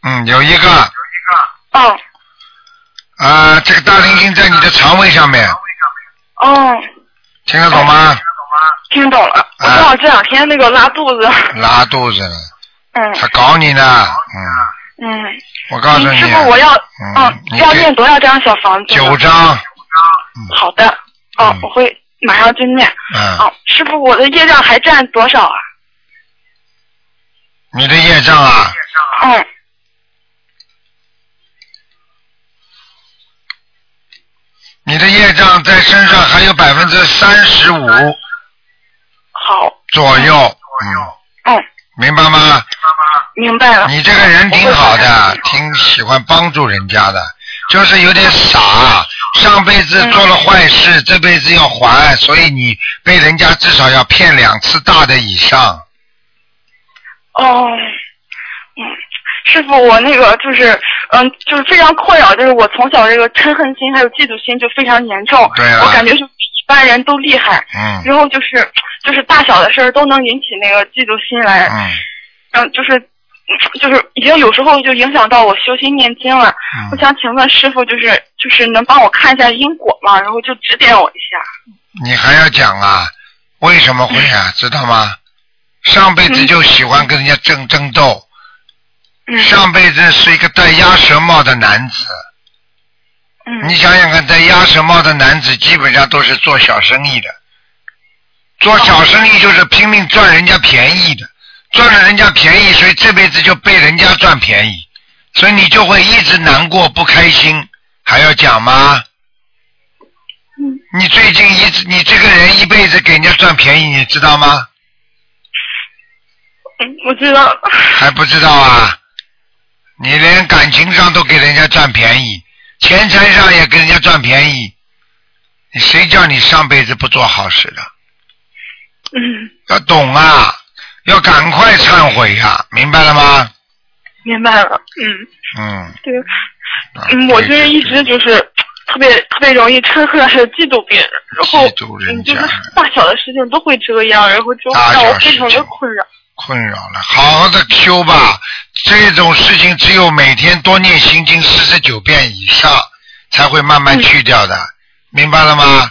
S1: 嗯，有一个，
S6: 嗯
S1: 啊，这个大灵性在你的肠胃上面，
S6: 嗯，
S1: 听得懂吗？
S6: 听懂了。我
S1: 啊
S6: 正好这两天那个拉肚子，
S1: 拉肚子了，
S6: 嗯
S1: 他搞你呢，嗯，
S6: 嗯。
S1: 我告诉
S6: 嗯
S1: 你
S6: 师，傅，我要哦
S1: 嗯你
S6: 要
S1: 给
S6: 念多少张小房子呢？
S1: 九张，
S6: 好的，哦
S1: 嗯，
S6: 我会马上就念。
S1: 嗯，
S6: 哦，师傅，我的业障还占多少啊？
S1: 你的业障啊，
S6: 嗯，
S1: 你的业障在身上还有百分之三十五
S6: 好，
S1: 左右，嗯，
S7: 哦
S6: 嗯，
S1: 明白吗？
S6: 明白了。
S1: 你这个人挺好的，挺喜欢帮助人家的，就是有点傻。啊
S6: 嗯
S1: 上辈子做了坏事，这辈子要还，所以你被人家至少要骗两次大的以上。
S6: 哦，嗯，师傅，我那个就是，嗯，就是非常困扰，就是我从小这个嗔恨心还有嫉妒心就非常严重，
S1: 对啊
S6: 我感觉是比一般人都厉害。
S1: 嗯
S6: 然后就是就是大小的事儿都能引起那个嫉妒心来，
S1: 嗯
S6: 然后就是就是已经有时候就影响到我修心念经了。我
S1: 嗯，
S6: 想请问师傅，就是就是能帮我看一下因果吗？然后就指点我一下。
S1: 你还要讲啊？为什么会
S6: 嗯
S1: 啊？知道吗？上辈子就喜欢跟人家争争斗，
S6: 嗯
S1: 上辈子是一个戴鸭舌帽的男子。
S6: 嗯
S1: 你想想看，戴鸭舌帽的男子基本上都是做小生意的，做小生意就是拼命赚人家便宜的，赚了人家便宜，所以这辈子就被人家赚便宜，所以你就会一直难过不开心，还要讲吗？你最近一直，你这个人一辈子给人家赚便宜，你知道吗？
S6: 嗯，我知道。
S1: 还不知道啊？你连感情上都给人家占便宜，钱财上也给人家占便宜，你谁叫你上辈子不做好事的？
S6: 嗯，
S1: 要懂啊，要赶快忏悔呀、明白了吗？
S6: 明白了。嗯，
S1: 嗯。
S6: 对。
S1: 啊
S6: 嗯，我就是一直就是特别特别容易嗔恨，还有嫉妒别人，然后
S1: 嫉妒人
S6: 嗯，就
S1: 家
S6: 是大小的事情都会这样，然后就
S1: 大
S6: 让我
S1: 小
S6: 非
S1: 事
S6: 常的
S1: 情
S6: 困扰。
S1: 困扰了，好好的修吧。这种事情只有每天多念心经四十九遍以上，才会慢
S6: 嗯
S1: 慢去掉的，明白了吗？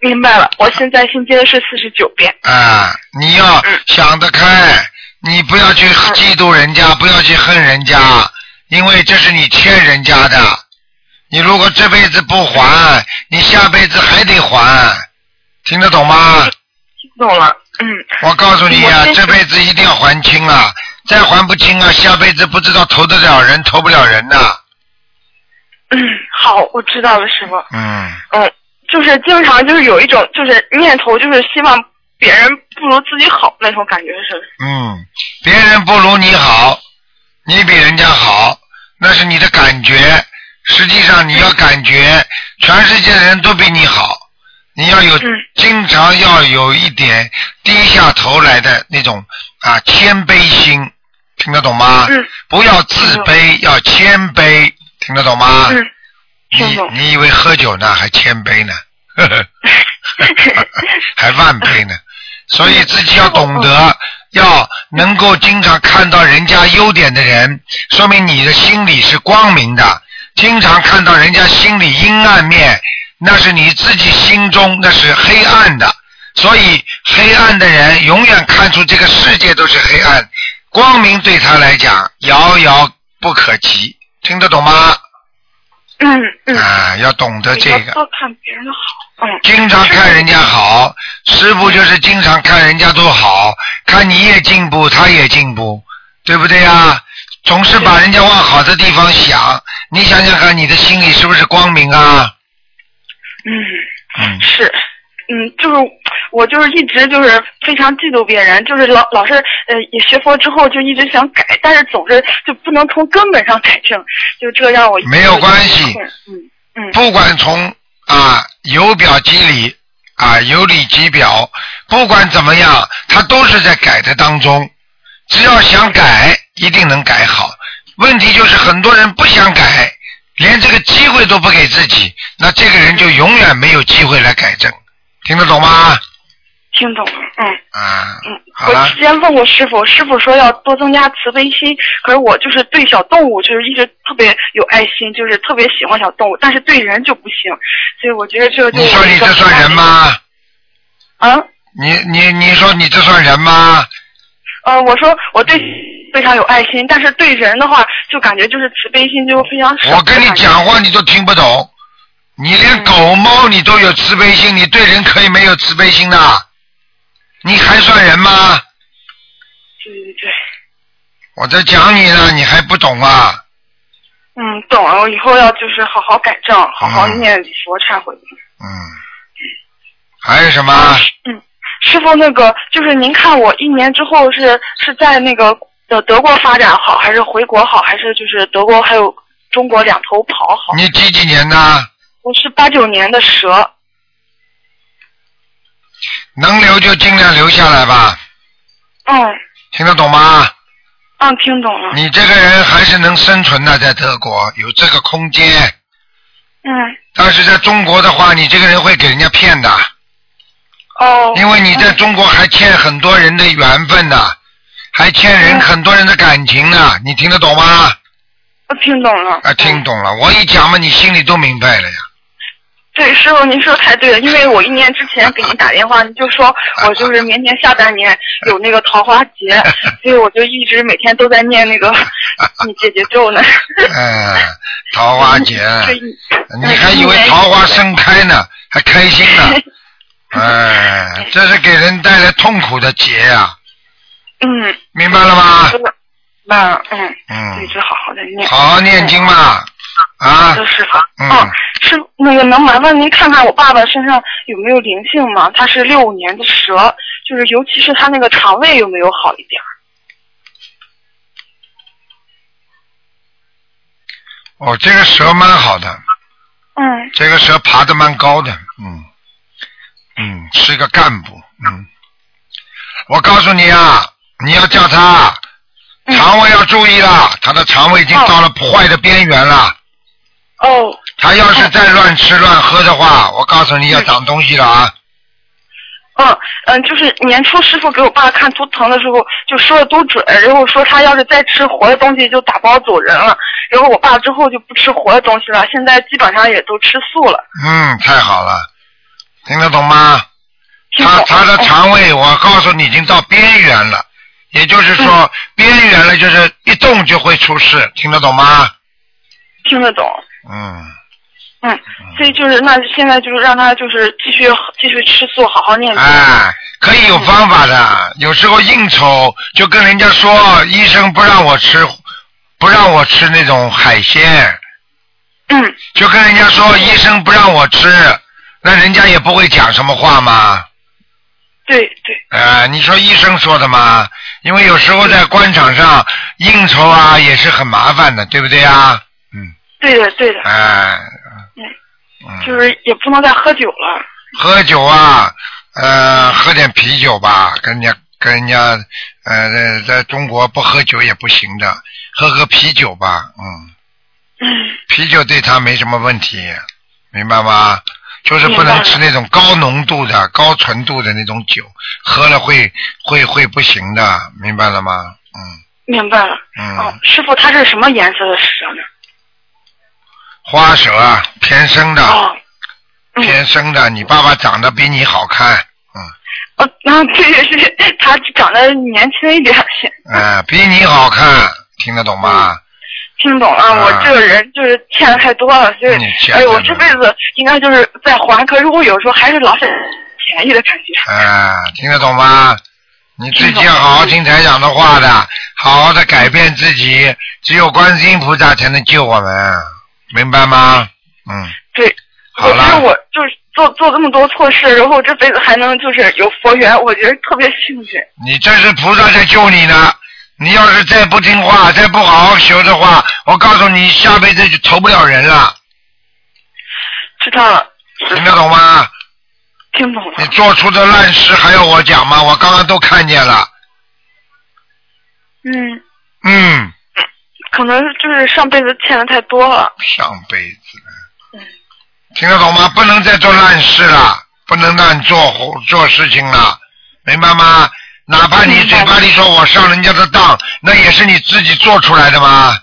S6: 明白了，我现在新接的是四十九遍。
S1: 啊，你要
S6: 嗯
S1: 想得开，你不要去嫉妒人家，不要去恨人家，因为这是你欠人家的。你如果这辈子不还，你下辈子还得还，听得懂吗？
S6: 懂了，嗯，
S1: 我告诉你
S6: 我
S1: 呀、
S6: 先
S1: 这辈子一定要还清啊，再还不清啊，下辈子不知道投得了人投不了人呐、
S6: 嗯，好，我知道了，师傅。
S1: 嗯，
S6: 嗯，就是经常就是有一种就是念头，就是希望别人不如自己好那种感觉是。
S1: 嗯，别人不如你好，你比人家好，那是你的感觉。实际上你要感觉全世界的人都比你好，你要有、
S6: 嗯
S1: 经常要有一点低下头来的那种啊谦卑心，听得懂吗？
S6: 嗯
S1: 不要自卑，要谦卑，听得懂吗？
S6: 嗯，听懂
S1: 你你以为喝酒呢还谦 卑呢？ 呵呵。还万倍呢。所以自己要懂
S6: 哦
S1: 得，要能够经常看到人家优点的人，说明你的心里是光明的；经常看到人家心里阴暗面，那是你自己心中那是黑暗的。所以黑暗的人永远看出这个世界都是黑暗，光明对他来讲遥遥不可及。听得懂吗？
S6: 嗯嗯，
S1: 啊，要懂得这
S6: 你
S1: 个
S6: 要。多看别人的好。嗯
S1: 经常看人家好，师傅就是经常看人家都好，看你也进步，他也进步，对不对呀？总是把人家往好的地方想，你想想看，你的心里是不是光明啊？
S6: 嗯，是，嗯，就是我就是一直就是非常嫉妒别人，就是老老是呃也学佛之后就一直想改，但是总是就不能从根本上改正，就这让我
S1: 没有关系
S6: 嗯嗯，
S1: 不管从啊由表及里啊由里及表，不管怎么样，他都是在改的当中。只要想改，一定能改好。问题就是很多人不想改，连这个机会都不给自己，那这个人就永远没有机会来改正。听得懂吗？
S6: 听懂了，嗯。
S1: 啊，好
S6: 我
S1: 了
S6: 之，前问过师傅，师傅说要多增加慈悲心，可是我就是对小动物就是一直特别有爱心，就是特别喜欢小动物，但是对人就不行，所以我觉得这就
S1: 你说你这算人？吗？
S6: 啊，
S1: 你你你说你这算人吗？
S6: 呃，我说我对非常有爱心，但是对人的话，就感觉就是慈悲心就非常少。
S1: 我跟你讲话你都听不懂，你
S6: 嗯
S1: 连狗猫你都有慈悲心，你对人可以没有慈悲心的，你还算人吗？
S6: 对对对，
S1: 我在讲你呢，你还不懂啊？
S6: 嗯，懂了，我以后要就是好好改正，好好念礼佛忏悔。
S1: 嗯，还有什
S6: 嗯
S1: 么？
S6: 师傅，那个就是您看我一年之后是是在那个的德国发展好，还是回国好，还是就是德国还有中国两头跑好？
S1: 你几几年的？
S6: 我是八九年的蛇，
S1: 能留就尽量留下来吧，
S6: 嗯
S1: 听得懂吗？
S6: 嗯，听懂了，
S1: 你这个人还是能生存的，在德国有这个空间，
S6: 嗯
S1: 但是在中国的话，你这个人会给人家骗的。
S6: 哦，
S1: 因为你在中国还欠很多人的缘分呢、还欠人很多人的感情呢、你听得懂吗？
S6: 我嗯听懂了。
S1: 啊，听懂了，我一讲嘛，你心里都明白了呀。
S6: 对，师傅您说太对了，因为我一年之前给您打电话，您就说我就是明年下半年有那个桃花劫， 所以我就一直每天都在念那个你姐姐咒呢。
S1: 嗯，桃花劫，
S6: 这一
S1: 你还以为桃花盛开呢，还开心呢？哎，这是给人带来痛苦的劫呀、
S6: 嗯，
S1: 明白了吗？
S6: 那嗯，一
S1: 嗯，
S6: 直好好的念。
S1: 好好念经嘛，啊，
S6: 就是傅，
S1: 嗯
S6: 嗯，是那个能麻烦您看看我爸爸身上有没有灵性吗？他是六五年的蛇，就是尤其是他那个肠胃有没有好一点儿？
S1: 哦，这个蛇蛮好的，
S6: 嗯，
S1: 这个蛇爬得蛮高的，嗯，嗯，是个干部，嗯。我告诉你啊，你要叫他
S6: 嗯
S1: 肠胃要注意了，他的肠胃已经到了坏的边缘了。
S6: 哦，
S1: 他要是再乱吃乱喝的话，我告诉你要长东西了啊！
S6: 嗯嗯，就是年初师傅给我爸看图腾的时候就说的都准，然后说他要是再吃活的东西就打包走人了。然后我爸之后就不吃活的东西了，现在基本上也都吃素了。
S1: 嗯，太好了，听得懂吗？
S6: 听
S1: 他
S6: 懂
S1: 他的
S6: 嗯
S1: 肠胃，我告诉你已经到边缘了，也就是
S6: 嗯
S1: 说边缘了，就是一动就会出事，听得懂吗？
S6: 听得懂。
S1: 嗯，
S6: 嗯，所以就是那现在就是让他就是继续继续吃素，好好念经。
S1: 哎，可以有方法的。有时候应酬就跟人家说，医生不让我吃，不让我吃那种海鲜，
S6: 嗯，
S1: 就跟人家说医生不让我吃，那人家也不会讲什么话嘛。
S6: 对对，
S1: 呃，你说医生说的嘛，因为有时候在官场上应酬啊也是很麻烦的，对不对啊？嗯，
S6: 对的对的，
S1: 哎、
S6: 就
S1: 嗯，
S6: 是也不能再喝酒了。
S1: 喝酒啊，呃，喝点啤酒吧，跟人家跟人家，呃，在在中国不喝酒也不行的，喝个啤酒吧，嗯，
S6: 嗯，
S1: 啤酒对他没什么问题，明白吗？就是不能吃那种高浓度的、高纯度的那种酒，喝了会会会不行的，明白了吗？嗯。
S6: 明白了。哦
S1: 嗯，，
S6: 师傅，他是什么颜色的蛇呢？
S1: 花蛇啊，偏生的，
S6: 哦，嗯
S1: 偏生的。你爸爸长得比你好看，嗯，
S6: 哦，那对对对，他长得年轻一点儿。
S1: 呃，比你好看，听得懂吗？
S6: 听懂了，
S1: 啊
S6: 我这个人就是欠的太多了，所以
S1: 你欠
S6: 哎呦，
S1: 着
S6: 我
S1: 呢
S6: 这辈子应该就是在还，可是我有时候还是老想便宜的感觉。
S1: 哎呃，听得懂吗？你自己要好好听台长的话的，好好的改变自己。只有观世音菩萨才能救我们，明白吗？嗯，
S6: 对，
S1: 好
S6: 我觉得
S1: 了，
S6: 我就是做做这么多错事，然后这辈子还能就是有佛缘，我觉得特别幸运。
S1: 你这是菩萨在救你呢。你要是再不听话，再不好好学的话，我告诉你，下辈子就投不了人了。
S6: 知道了。
S1: 听得懂吗？
S6: 听懂了。
S1: 你做出的烂事还要我讲吗？我刚刚都看见了。
S6: 嗯，
S1: 嗯，
S6: 可能就是上辈子欠的太多了。
S1: 上辈子。听得懂吗？不能再做烂事了，不能乱做活做事情了，明白吗？哪怕你嘴巴里说我上人家的当，那也是你自己做出来的嘛。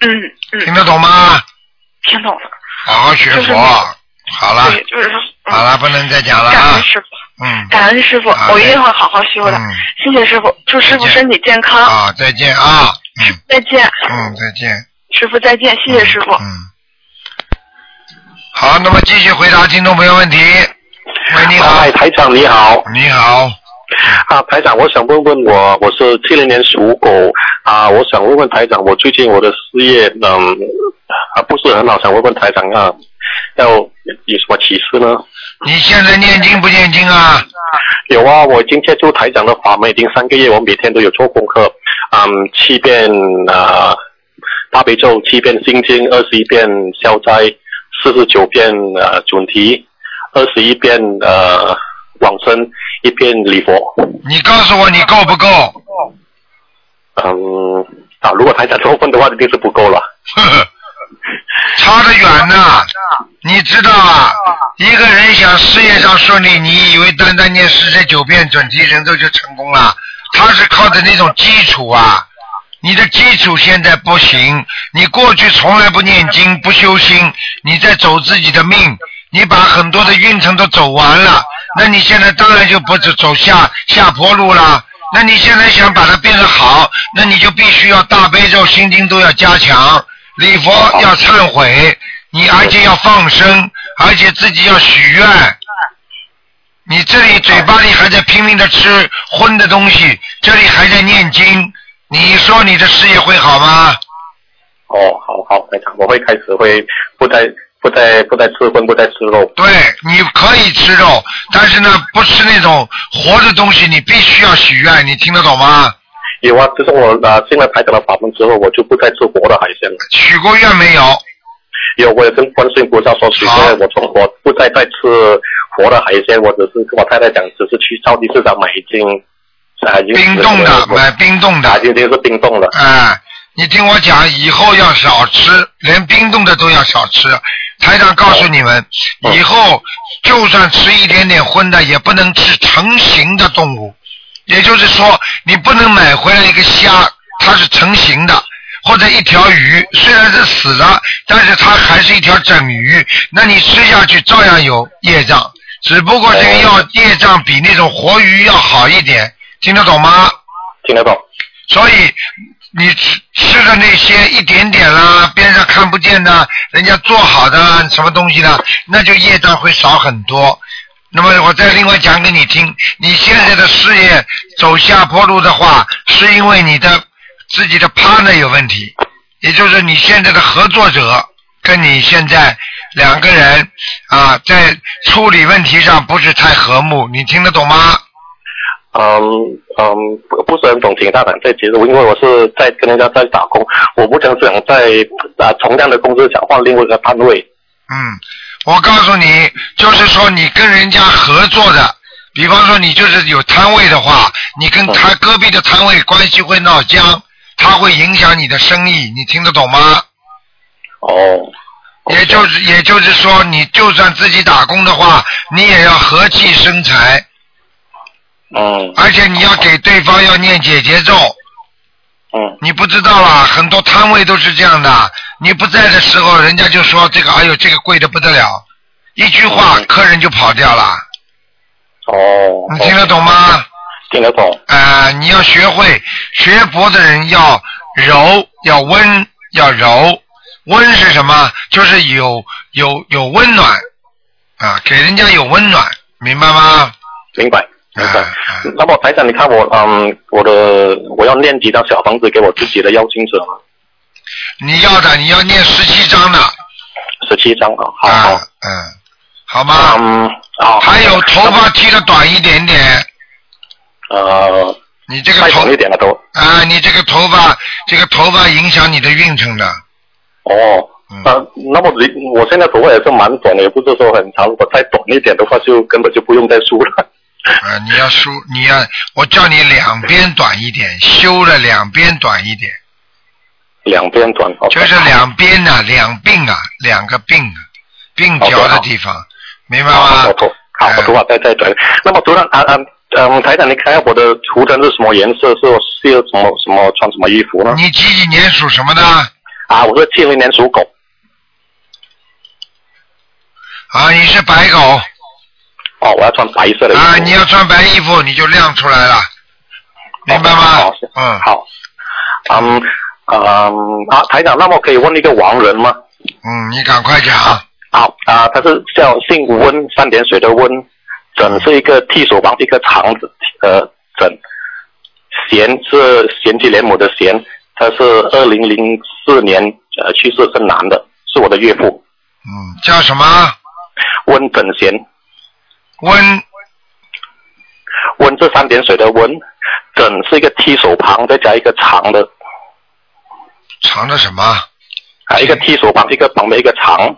S6: 嗯嗯。
S1: 听得懂吗？
S6: 听懂了。
S1: 好好学
S6: 就是
S1: 佛
S6: 那。
S1: 好了，
S6: 对，就是说
S1: 好了，不能再讲了
S6: 感
S1: 啊
S6: 恩。师傅，
S1: 嗯。
S6: 感恩师傅，
S1: 好嘞
S6: 我一定会好好修的。
S1: 嗯
S6: 谢谢师傅，祝师傅身体健康。
S1: 啊，再见啊。嗯
S6: 再见，
S1: 嗯，再见。
S6: 师傅再见，谢谢师傅。
S1: 嗯。好，那么继续回答听众朋友问题。喂，你好，
S8: 哎，台长你好
S1: 你好，
S8: 啊，台长，我想问问我，我是七零年属狗啊，我想问问台长，我最近我的事业嗯啊不是很好，想问问台长啊，要有什么启示呢？
S1: 你现在念经不念经啊？
S8: 有啊，我已经接触台长的法门已经三个月，我每天都有做功课，嗯，七遍啊大悲咒，七遍心经，二十一遍消灾，四十九遍呃准提，二十一遍呃往生，一遍礼佛。
S1: 你告诉我你够不够？
S8: 嗯，啊，如果台长多分的话，一定是不够了。
S1: 呵呵，差得远呐、你知道啊，一个人想事业上顺利，你以为单单念四十九遍准提神咒就成功了？他是靠着那种基础啊。你的基础现在不行，你过去从来不念经、不修心，你在走自己的命，你把很多的运程都走完了，那你现在当然就不走走下下坡路了。那你现在想把它变得好，那你就必须要大悲咒、心经都要加强，礼佛要忏悔，你而且要放生，而且自己要许愿。你这里嘴巴里还在拼命的吃荤的东西，这里还在念经，你说你的事业会好吗？
S8: 哦，好好，台长，我会开始会不再不再不再吃荤，不再吃肉。
S1: 对，你可以吃肉，但是呢，不吃那种活的东西，你必须要许愿，你听得懂吗？
S8: 有啊，自从我啊进了台长的法门之后，我就不再吃活的海鲜了。
S1: 许过愿没有？
S8: 有，我也跟观世音菩萨说，许
S1: 好
S8: 愿，我从我不再再吃活的海鲜，我只是跟我太太讲，只是去超级市场买一斤啊，已经
S1: 冰冻的，买冰冻的
S8: 啊，。已经是冰冻的。
S1: 哎，你听我讲，以后要少吃，连冰冻的都要少吃。台长告诉你们，
S8: 哦
S1: 以后就算吃一点点荤的，也不能吃成型的动物。也就是说，你不能买回来一个虾，它是成型的，或者一条鱼，虽然是死了，但是它还是一条整鱼，那你吃下去照样有业障，只不过这个要
S8: 哦
S1: 业障比那种活鱼要好一点，听得懂吗？
S8: 听得懂？
S1: 所以你吃吃的那些一点点啦，边上看不见的，人家做好的什么东西呢，那就业障会少很多。那么我再另外讲给你听，你现在的事业走下坡路的话，是因为你的自己的 partner 有问题，也就是你现在的合作者跟你现在两个人啊，在处理问题上不是太和睦，你听得懂吗？
S8: 嗯嗯，不不是很懂请大胆这节目，因为我是在跟人家在打工，我不想想在啊同样的工资想换另外一个单位。
S1: 嗯，我告诉你，就是说你跟人家合作的，比方说你就是有摊位的话，你跟他隔壁的摊位关系会闹僵，他会影响你的生意，你听得懂吗？
S8: 哦，
S1: 也就是也就是说，你就算自己打工的话，你也要和气生财，
S8: 嗯
S1: 而且你要给对方要念姐姐咒。
S8: 嗯
S1: 你不知道啦，很多摊位都是这样的。啊你不在的时候，人家就说这个，哎呦，这个贵的不得了，一句话，
S8: 嗯
S1: 客人就跑掉了。
S8: 哦，
S1: 你听得懂吗？
S8: 听得懂？
S1: 啊，你要学会学佛的人要柔，要温，要柔。温是什么？就是有有有温暖啊，给人家有温暖，明白吗？啊
S8: 明白？明白。那么台长，你看我，嗯，我的我要念几张小房子给我自己的邀请者吗？
S1: 你要的，你要念十七章的，
S8: 十七张啊，好好，
S1: 嗯，好吗？
S8: 嗯，好。
S1: 还有头发剃的短一点点
S8: 呃，
S1: 你这个
S8: 太
S1: 头
S8: 长一点了都。
S1: 啊，你这个头发，这个头发影响你的运程的。
S8: 哦，
S1: 嗯
S8: 那那么你我现在头发也是蛮短的，也不是说很长，如果再短一点的话，就根本就不用再梳了。
S1: 啊，你要梳，你要，我叫你两边短一点，修了两边短一点，
S8: 两边短，好吧
S1: 就是两边呐、两鬓啊，两个鬓啊，鬓角的地方，明白吗嗯
S8: 好，我？头好，我头发再再短。那么主任啊啊，嗯，台长，你看一下我的图腾是什么颜色？是是有什么什么穿什么衣服呢？
S1: 你几几年属什么的？
S8: 啊，我是七零年属狗
S1: 啊，你是白狗
S8: 哦，我要穿白色的衣服。
S1: 啊，你要穿白衣服你就亮出来了，明白吗？嗯，
S8: 好，嗯嗯啊，台长，那么可以问一个亡人吗？
S1: 嗯，你赶快讲。
S8: 好啊，他是叫姓温，三点水的温，
S1: 嗯
S8: 整是一个剃手旁一个长子，呃，整贤是贤妻廉母的贤，他是二零零四年呃去世，是男的，是我的岳父
S1: 嗯，叫什么？
S8: 温整贤，
S1: 温
S8: 温是三点水的温，整是一个剃手旁再加一个长的
S1: 藏着什么？
S8: 啊，
S1: 嗯
S8: 一个剃手旁一个旁边一个长，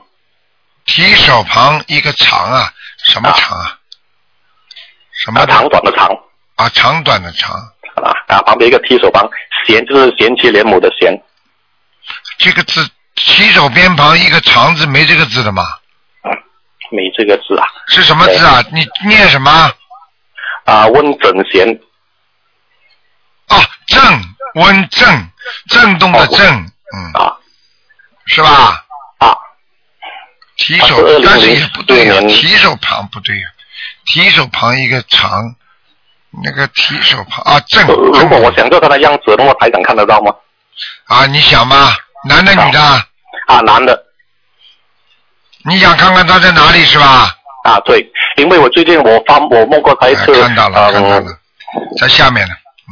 S1: 提手旁一个长啊，什么长啊？什么
S8: 啊长短的长
S1: 啊？长短的长，
S8: 啊啊，旁边一个剃手旁，贤就是贤妻廉母的贤，
S1: 这个字提手边旁一个长字没这个字的吗？
S8: 没这个字啊
S1: 是什么字啊？你念什么？
S8: 啊，温整贤
S1: 哦，震温震，震动的震，嗯，
S8: 哦啊
S1: 是吧？
S8: 啊，
S1: 提
S8: 他
S1: 手
S8: 是二，
S1: 但
S8: 零
S1: 是
S8: 零
S1: 也不对呀、
S8: 年
S1: 提手旁不对呀、提手旁一个长，那个提手旁啊震。
S8: 呃如果
S1: 震
S8: 我想做他的样子，那么台长看得到吗？
S1: 啊，你想吧，男的女的啊，
S8: 啊，男的
S1: 你想看看他在哪里是吧？
S8: 啊，对，因为我最近我发我梦过他一
S1: 哎
S8: 次，
S1: 看到了，看到
S8: 嗯，
S1: 了，在下面呢，嗯，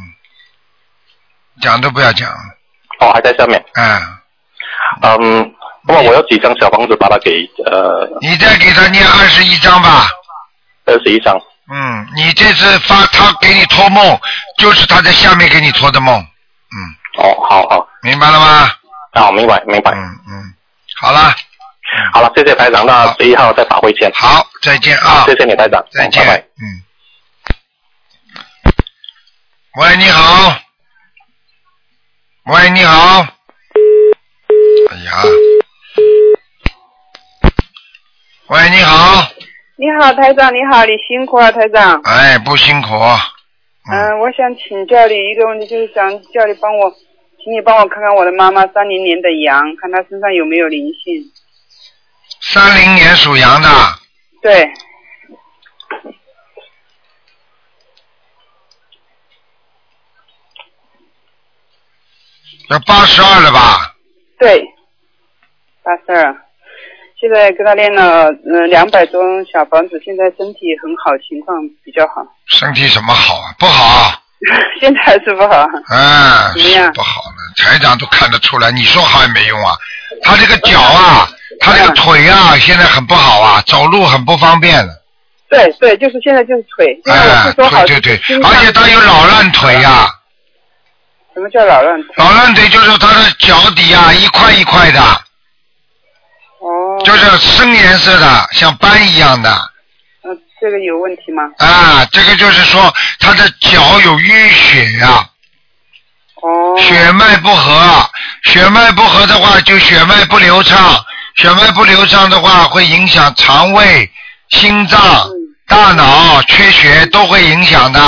S1: 讲都不要讲，
S8: 哦，还在下面，
S1: 哎，
S8: 嗯，那么我要几张小房子把它给呃
S1: 你再给他念二十一章吧，
S8: 二十一张，
S1: 嗯，你这次发他给你托梦，就是他在下面给你托的梦，
S8: 哦，好好，
S1: 嗯明白了吗？
S4: 啊
S8: 好，明白明白，
S1: 嗯嗯，好了，
S8: 好了，谢谢台长，那十一号再打回钱，
S1: 好，再见啊，
S8: 谢谢你台长，
S1: 再
S8: 嗯
S1: 见
S8: 拜拜。
S1: 嗯。喂，你好。喂，你好。哎呀。喂，你好。
S9: 你好，台长，你好，你辛苦了，啊台长。
S1: 哎，不辛苦。
S9: 嗯、我想请教你一个问题，就是想叫你帮我，请你帮我看看我的妈妈三零年的羊，看她身上有没有灵性。
S1: 三零年属羊的，
S9: 对，
S1: 要八十二了吧？
S9: 对，八十二，现在跟她练了嗯两百多小房子，现在身体很好，情况比较好，
S1: 身体怎么好啊？不好，
S9: 现在还是不好。
S1: 哎，
S9: 怎么样
S1: 是不好了。台长都看得出来，你说好也没用啊。他这个脚啊，
S9: 嗯
S1: 他这个腿啊，现在很不好啊，走路很不方便了。
S9: 对对，就是现在就是腿，因为我
S1: 哎
S9: 是，说好，
S1: 对对
S9: 就是
S1: 对，
S9: 心脏
S1: 而且他有老烂腿呀、
S9: 什么叫扰乱？
S1: 老烂腿就是他的脚底呀、一块一块的，
S9: 哦，
S1: 就是深颜色的，像斑一样的
S9: 嗯、这个有问题吗？
S1: 啊。这个就是说他的脚有淤血呀、
S9: 哦，
S1: 血脉不和，血脉不和的话就血脉不流畅，血脉不流畅的话会影响肠胃、心脏、大脑，缺血都会影响的，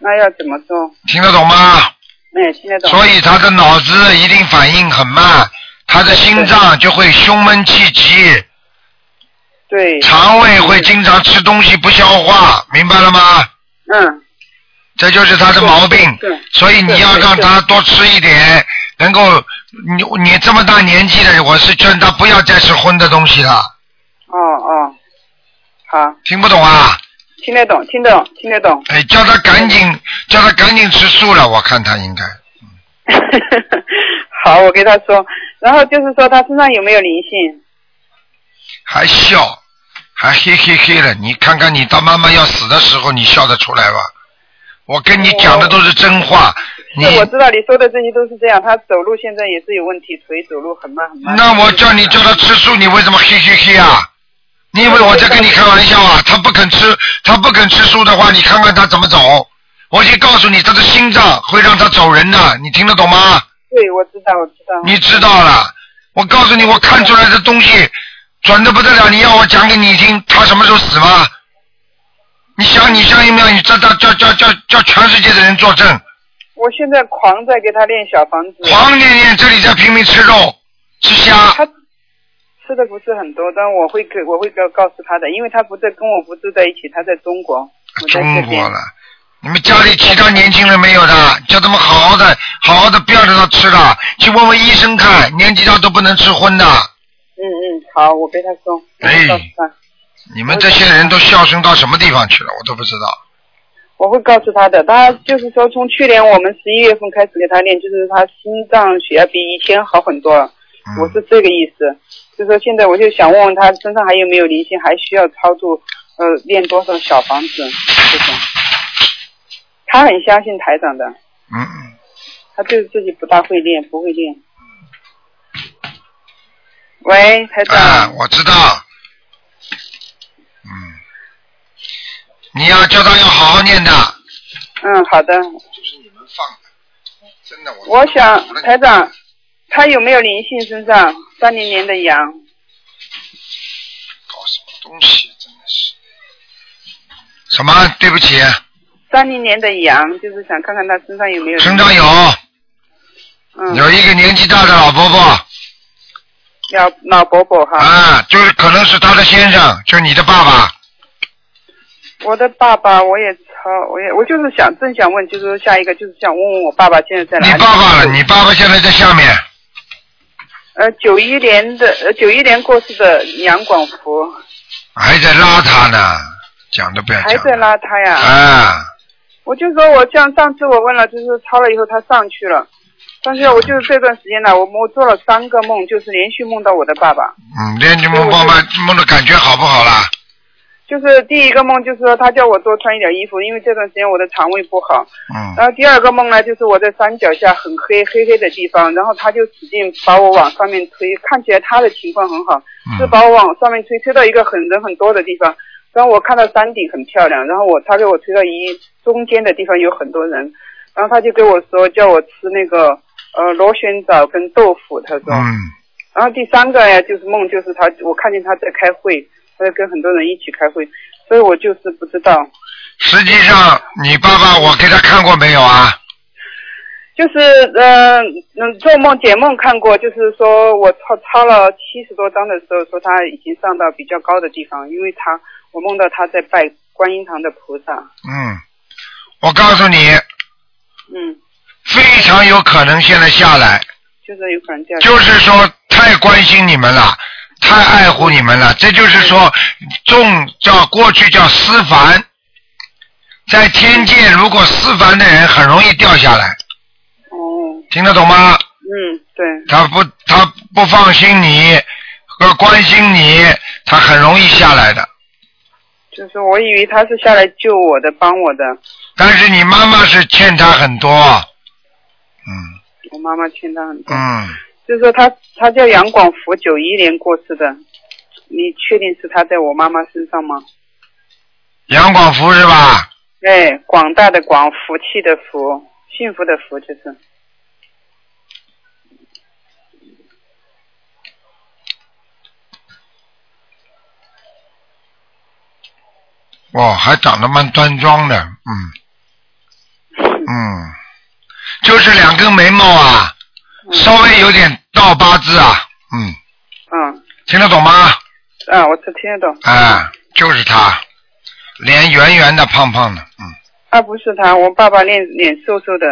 S9: 那要怎么做？
S1: 听得懂吗？
S9: 哎，听得懂。
S1: 所以他的脑子一定反应很慢，他的心脏就会胸闷气急，
S9: 对，
S1: 肠胃会经常吃东西不消化，明白了吗？
S9: 嗯，
S1: 这就是他的毛病。
S9: 对，
S1: 所以你要让他多吃一点，能够你你这么大年纪了，我是劝他不要再吃荤的东西了，
S9: 哦哦，好，
S1: 听不懂啊？
S9: 听得懂，听得懂，听得懂。
S1: 哎，叫他赶紧，叫他赶紧吃素了，我看他应该。
S9: 好，我跟他说。然后就是说他身上有没有灵性？
S1: 还笑，还嘿嘿嘿了。你看看你到妈妈要死的时候，你笑得出来吧？我跟你讲的都是真话。你
S9: 是，我知道你说的这些都是这样。他走路现在也是有问题，腿走路很慢很慢。
S1: 那我叫你叫他吃素，你为什么嘿嘿嘿啊？你以为我在跟你开玩笑啊？他不肯吃，他不肯吃素的话，你看看他怎么走。我已经告诉你，他的心脏会让他走人的，你听得懂吗？
S9: 对，我知道，我知道。
S1: 你知道了。我告诉你，我看出来的东西准的不得了。你要我讲给你听，他什么时候死吗？你想，你相信没有？你这这叫叫叫叫全世界的人作证，
S9: 我现在狂在给他练小房子。
S1: 黄念念这里在拼命吃肉，吃虾。
S9: 他吃的不是很多，但我会给我会告告诉他的，因为他不在跟我不住在一起，他在中国，我在
S1: 中
S9: 这边
S1: 国。了。你们家里其他年轻人没有的，叫他们好好的、好好的，不要让他吃了，去问问医生看，年纪大都不能吃荤的。
S9: 嗯嗯，好，我跟他说，我
S1: 哎
S9: 会告诉他，
S1: 你们这些人都孝顺到什么地方去了，我都不知道。
S9: 我会告诉他的。他就是说，从去年我们十一月份开始给他练，就是他心脏血压比以前好很多了。
S1: 嗯
S9: 我是这个意思，就说现在我就想问问他身上还有没有灵性，还需要超度，呃，练多少小房子这种。他很相信台长的，
S1: 嗯嗯，
S9: 他就是自己不大会练，不会练。喂，台长。
S1: 啊，我知道。嗯，你要叫他要好好念的。
S9: 嗯，好的。
S1: 就是你们放的，真的我。
S9: 我想台长，他有没有灵性身上？三零年的羊，
S1: 搞什么东西，啊真的是。什么？对不起，
S9: 三零年的羊，就是想看看他身上有没有。
S1: 身上有。
S9: 嗯。
S1: 有一个年纪大的老婆婆
S9: 老老伯伯哈。
S1: 啊，就是可能是她的先生，就是你的爸爸。
S9: 我的爸爸，我也超，我也我就是想正想问，就是说下一个就是想问问我爸爸现在在哪
S1: 你
S9: 里。
S1: 爸爸啊了，你爸爸现在在下面，
S9: 呃，九一年的，呃，九一年过世的杨广福
S1: 还在拉他呢，讲都不要
S9: 还
S1: 讲。
S9: 在拉他呀。
S1: 啊，
S9: 我就说我像上次我问了，就是抄了以后他上去了，上去了我就是这段时间呢，我我做了三个梦，就是连续梦到我的爸爸。
S1: 嗯，连你梦梦梦梦的感觉好不好啦？
S9: 就是第一个梦就是说他叫我多穿一点衣服，因为这段时间我的肠胃不好。
S1: 嗯，
S9: 然后第二个梦呢，就是我在山脚下很黑黑黑的地方，然后他就使劲把我往上面推，看起来他的情况很好，是把我往上面推，推到一个很人很多的地方。然后我看到山顶很漂亮，然后我他给我推到一中间的地方有很多人，然后他就给我说叫我吃那个呃螺旋藻跟豆腐，他说。
S1: 嗯
S9: 然后第三个呀，就是梦，就是他，我看见他在开会，他在跟很多人一起开会，所以我就是不知道，
S1: 实际上你爸爸我给他看过没有啊？
S9: 就是嗯嗯，做梦解梦看过，就是说我抄抄了七十多章的时候，说他已经上到比较高的地方，因为他我梦到他在拜观音堂的菩萨，
S1: 嗯，我告诉你，
S9: 嗯，
S1: 非常有可能现在下来，
S9: 就是有可能掉下来
S1: 就是说太关心你们了，太爱护你们了，这就是说重叫过去叫思凡，在天界如果思凡的人很容易掉下来，
S9: 哦，
S1: 听得懂吗？
S9: 嗯，对，
S1: 他不他不放心你和关心你，他很容易下来的。
S9: 就是我以为他是下来救我的，帮我的，
S1: 但是你妈妈是欠他很多，嗯
S9: 我妈妈欠他很多，
S1: 嗯，
S9: 就是说他他叫杨广福，九一年过世的，你确定是他在我妈妈身上吗？
S1: 杨广福是吧？
S9: 对，哎广大的广，福气的福，幸福的福就是。
S1: 哦，还长得蛮端庄的，嗯嗯，就是两根眉毛啊，稍微有点倒八字啊，嗯，
S9: 嗯
S1: 听得懂吗？
S9: 嗯，我是听得懂。
S1: 啊，就是他，脸圆圆的，胖胖的，嗯，
S9: 啊，不是他，我爸爸脸脸瘦瘦的，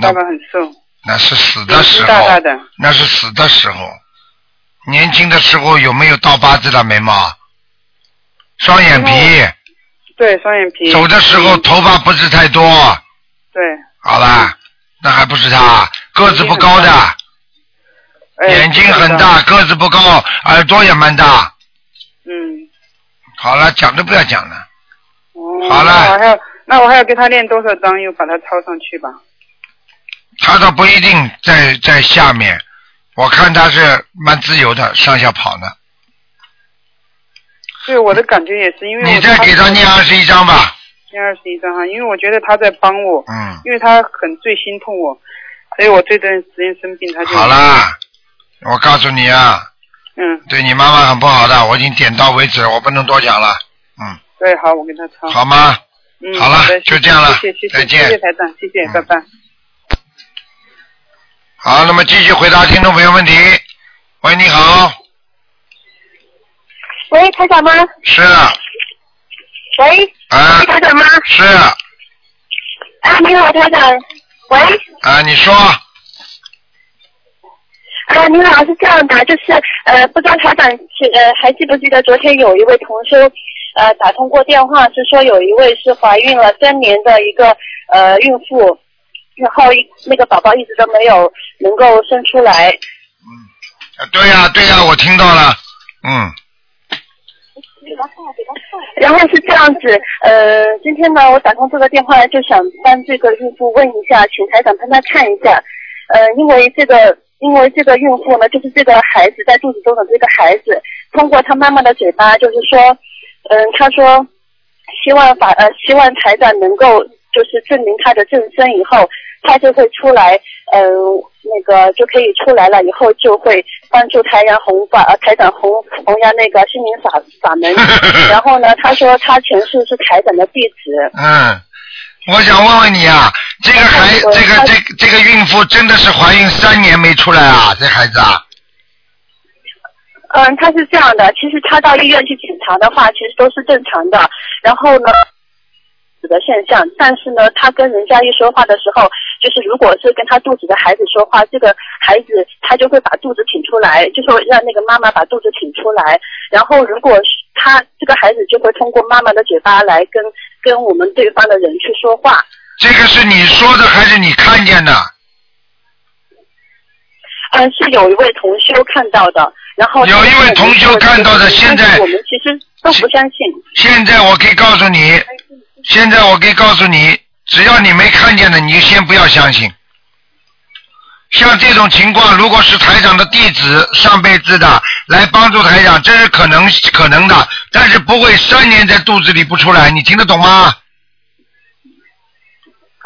S1: 那
S9: 爸爸很瘦，
S1: 那是死的
S9: 眼
S1: 时
S9: 睛
S1: 候，
S9: 大大的。
S1: 那是死的时候，年轻的时候有没有倒八字的眉毛？双眼皮，
S9: 对，双眼皮。
S1: 走的时候头发不是太多，
S9: 嗯对，
S1: 好啦，那还不是他，个子不高的，
S9: 哎
S1: 眼睛很大，个子不高，耳朵也蛮大。
S9: 嗯。
S1: 好了，讲都不要讲了。
S9: 哦
S1: 好了
S9: 那我还要，那我还要给他练多少张，又把它抄上去吧？
S1: 他倒不一定在在下面，我看他是蛮自由的，上下跑呢。
S9: 对，我的感觉也是，因为
S1: 你再给他念二十一章吧。
S9: 念二十一章哈，因为我觉得他在帮我，
S1: 嗯，
S9: 因为他很最心痛我，所以我这段时间生病，他就
S1: 好啦，我告诉你啊，
S9: 嗯，
S1: 对你妈妈很不好的，我已经点到为止，我不能多讲了，
S9: 对，好，我给他抄。
S1: 好吗？
S9: 嗯，
S1: 好了
S9: 的
S1: 就这样了
S9: 谢谢，谢谢，
S1: 再见
S9: 谢谢台长，谢谢，拜拜。
S1: 好，那么继续回答听众朋友问题。喂，你好，
S10: 喂，台长吗？
S1: 是啊，
S10: 喂，
S1: 啊
S10: 是台长吗？
S1: 是啊，
S10: 啊，你好，台长。喂，
S1: 啊你说，
S10: 啊，你好，是这样的，就是呃，不知道台长记呃还记不记得昨天有一位同修呃打通过电话，是说有一位是怀孕了三年的一个呃孕妇，然后一那个宝宝一直都没有能够生出来，
S1: 啊对呀、对呀、我听到了，嗯，
S10: 然后是这样子，呃，今天呢，我打通这个电话就想帮这个孕妇问一下，请台长帮她看一下，呃，因为这个，因为这个孕妇呢，就是这个孩子在肚子中的这个孩子，通过她妈妈的嘴巴，就是说，嗯、她说希望法呃，希望台长能够就是证明她的正身以后，她就会出来，嗯、那个就可以出来了，以后就会帮助台阳弘法，呃，台长弘弘扬那个心灵法法门。然后呢，她说她前世是台长的弟子，
S1: 嗯，我想问问你啊，这个孩，
S10: 我
S1: 这个这个这个孕妇真的是怀孕三年没出来啊？这孩子啊，
S10: 嗯，他是这样的，其实他到医院去检查的话，其实都是正常的。然后呢，死的现象，但是呢，他跟人家一说话的时候，就是如果是跟他肚子的孩子说话，这个孩子他就会把肚子挺出来，就说让那个妈妈把肚子挺出来。然后如果是他这个孩子就会通过妈妈的嘴巴来跟跟我们对方的人去说话。
S1: 这个是你说的还是你看见的？
S10: 嗯，是有一位同修看到的，然后
S1: 有一位同修看到的现在
S10: 但是我们其实都不相信。
S1: 现在我可以告诉你，现在我可以告诉你，只要你没看见的，你就先不要相信。像这种情况，如果是台长的弟子上辈子的来帮助台长，这是可能可能的，但是不会三年在肚子里不出来，你听得懂吗？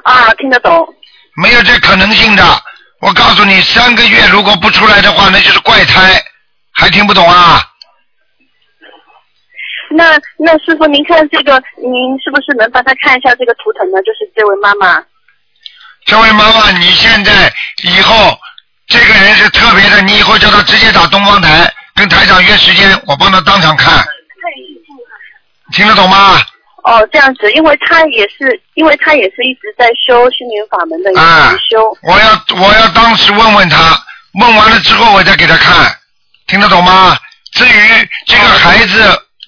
S10: 啊，听得懂。
S1: 没有这可能性的。我告诉你，三个月如果不出来的话，那就是怪胎，还听不懂啊？
S10: 那那师傅，您看这个，您是不是能帮他看一下这个图腾呢？就是这位妈妈，
S1: 这位妈妈，你现在以后这个人是特别的，你以后叫他直接打东方台，跟台长约时间，我帮他当场看，听得懂吗？
S10: 哦，这样子，因为她也是，因为她也是一直在修心灵法门的一个修。
S1: 我要我要当时问问他，问完了之后我再给他看，听得懂吗？至于这个孩子，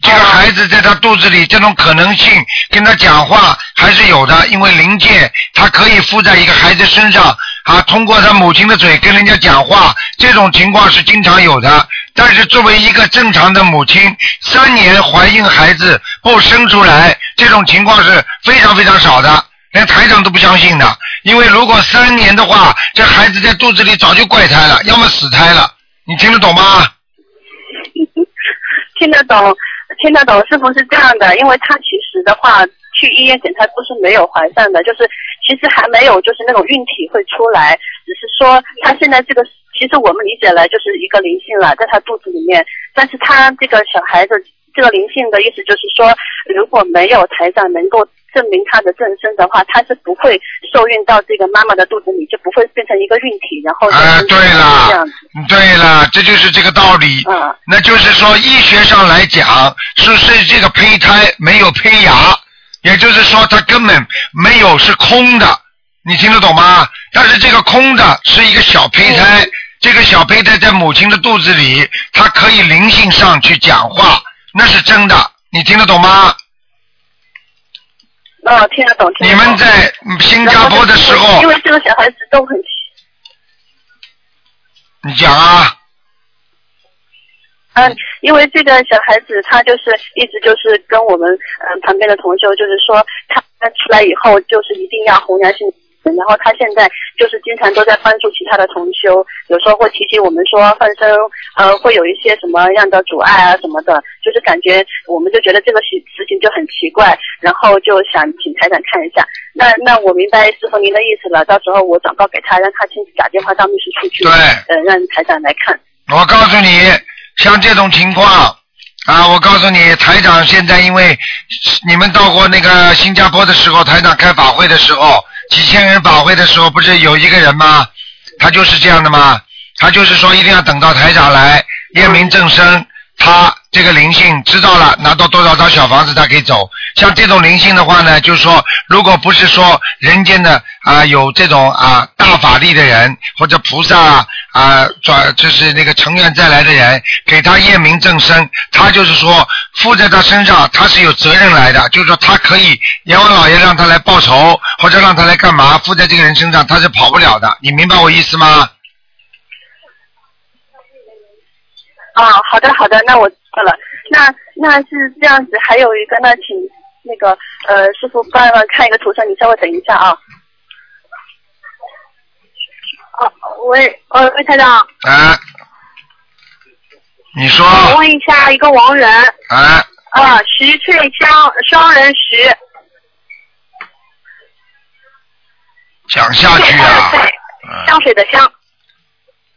S1: 这个孩子在他肚子里这种可能性，跟他讲话还是有的，因为灵界它可以附在一个孩子身上啊，通过他母亲的嘴跟人家讲话，这种情况是经常有的。但是作为一个正常的母亲，三年怀孕孩子不生出来，这种情况是非常非常少的。连台长都不相信的，因为如果三年的话，这孩子在肚子里早就怪胎了，要么死胎了。你听得懂吗？
S10: 听得懂，听得懂，师傅是这样的，因为她其实的话，去医院检查都是没有怀上的，就是其实还没有就是那种孕体会出来，只是说她现在这个，其实我们理解来就是一个灵性了，在她肚子里面，但是她这个小孩子这个灵性的意思就是说，如果没有台长能够。证明她的正身的话，她是不会受孕到这个妈妈的肚子里，就不会变成一个孕体，然哦后就
S1: 啊
S10: 是
S1: 对啦
S10: 这样子。
S1: 对了，这就是这个道理。
S10: 嗯
S1: 那就是说，医学上来讲，是是这个胚胎没有胚芽，也就是说，它根本没有是空的。你听得懂吗？但是这个空的是一个小胚
S10: 嗯
S1: 胎，这个小胚胎在母亲的肚子里，它可以灵性上去讲话，那是真的。你听得懂吗？
S6: 哦，听得懂，听得
S1: 你
S6: 懂。
S1: 们在新加坡的时
S6: 然后就是
S1: 候
S6: 因，为这个小孩子都很
S1: 你讲啊，
S6: 嗯，因为这个小孩子他就是一直就是跟我们嗯旁边的同修就是说他出来以后就是一定要弘扬信仰，然后他现在就是经常都在帮助其他的同修，有时候会提醒我们说放生呃会有一些什么样的阻碍啊什么的，就是感觉我们就觉得这个事事情就很奇怪，然后就想请台长看一下。那那我明白师傅您的意思了，到时候我转告给他，让他亲自打电话到秘书处去，
S1: 对
S6: 嗯、让台长来看。
S1: 我告诉你，像这种情况啊，我告诉你，台长现在因为你们到过那个新加坡的时候，台长开法会的时候，几千人法会的时候，不是有一个人吗？他就是这样的吗？他就是说一定要等到台长来验明正身，他这个灵性知道了拿到多少张小房子，他可以走。像这种灵性的话呢，就是说，如果不是说人间的啊、有这种啊、大法力的人或者菩萨啊啊转、就是那个成愿再来的人，给他验明正身，他就是说附在他身上，他是有责任来的，就是说他可以阎王老爷让他来报仇或者让他来干嘛，附在这个人身上他是跑不了的，你明白我意思吗？
S10: 哦
S6: 啊，好的好的，那我知道了。那那是这样子，还有一个，那请那个呃师傅帮忙看一个图像，你稍微等一下啊。
S10: 哦，喂，呃，魏台长，
S1: 啊，你说
S4: 啊
S10: 我问一下一个亡人，
S1: 啊，
S10: 啊，徐翠香，双人徐，
S1: 讲下去啊，
S10: 香水的香，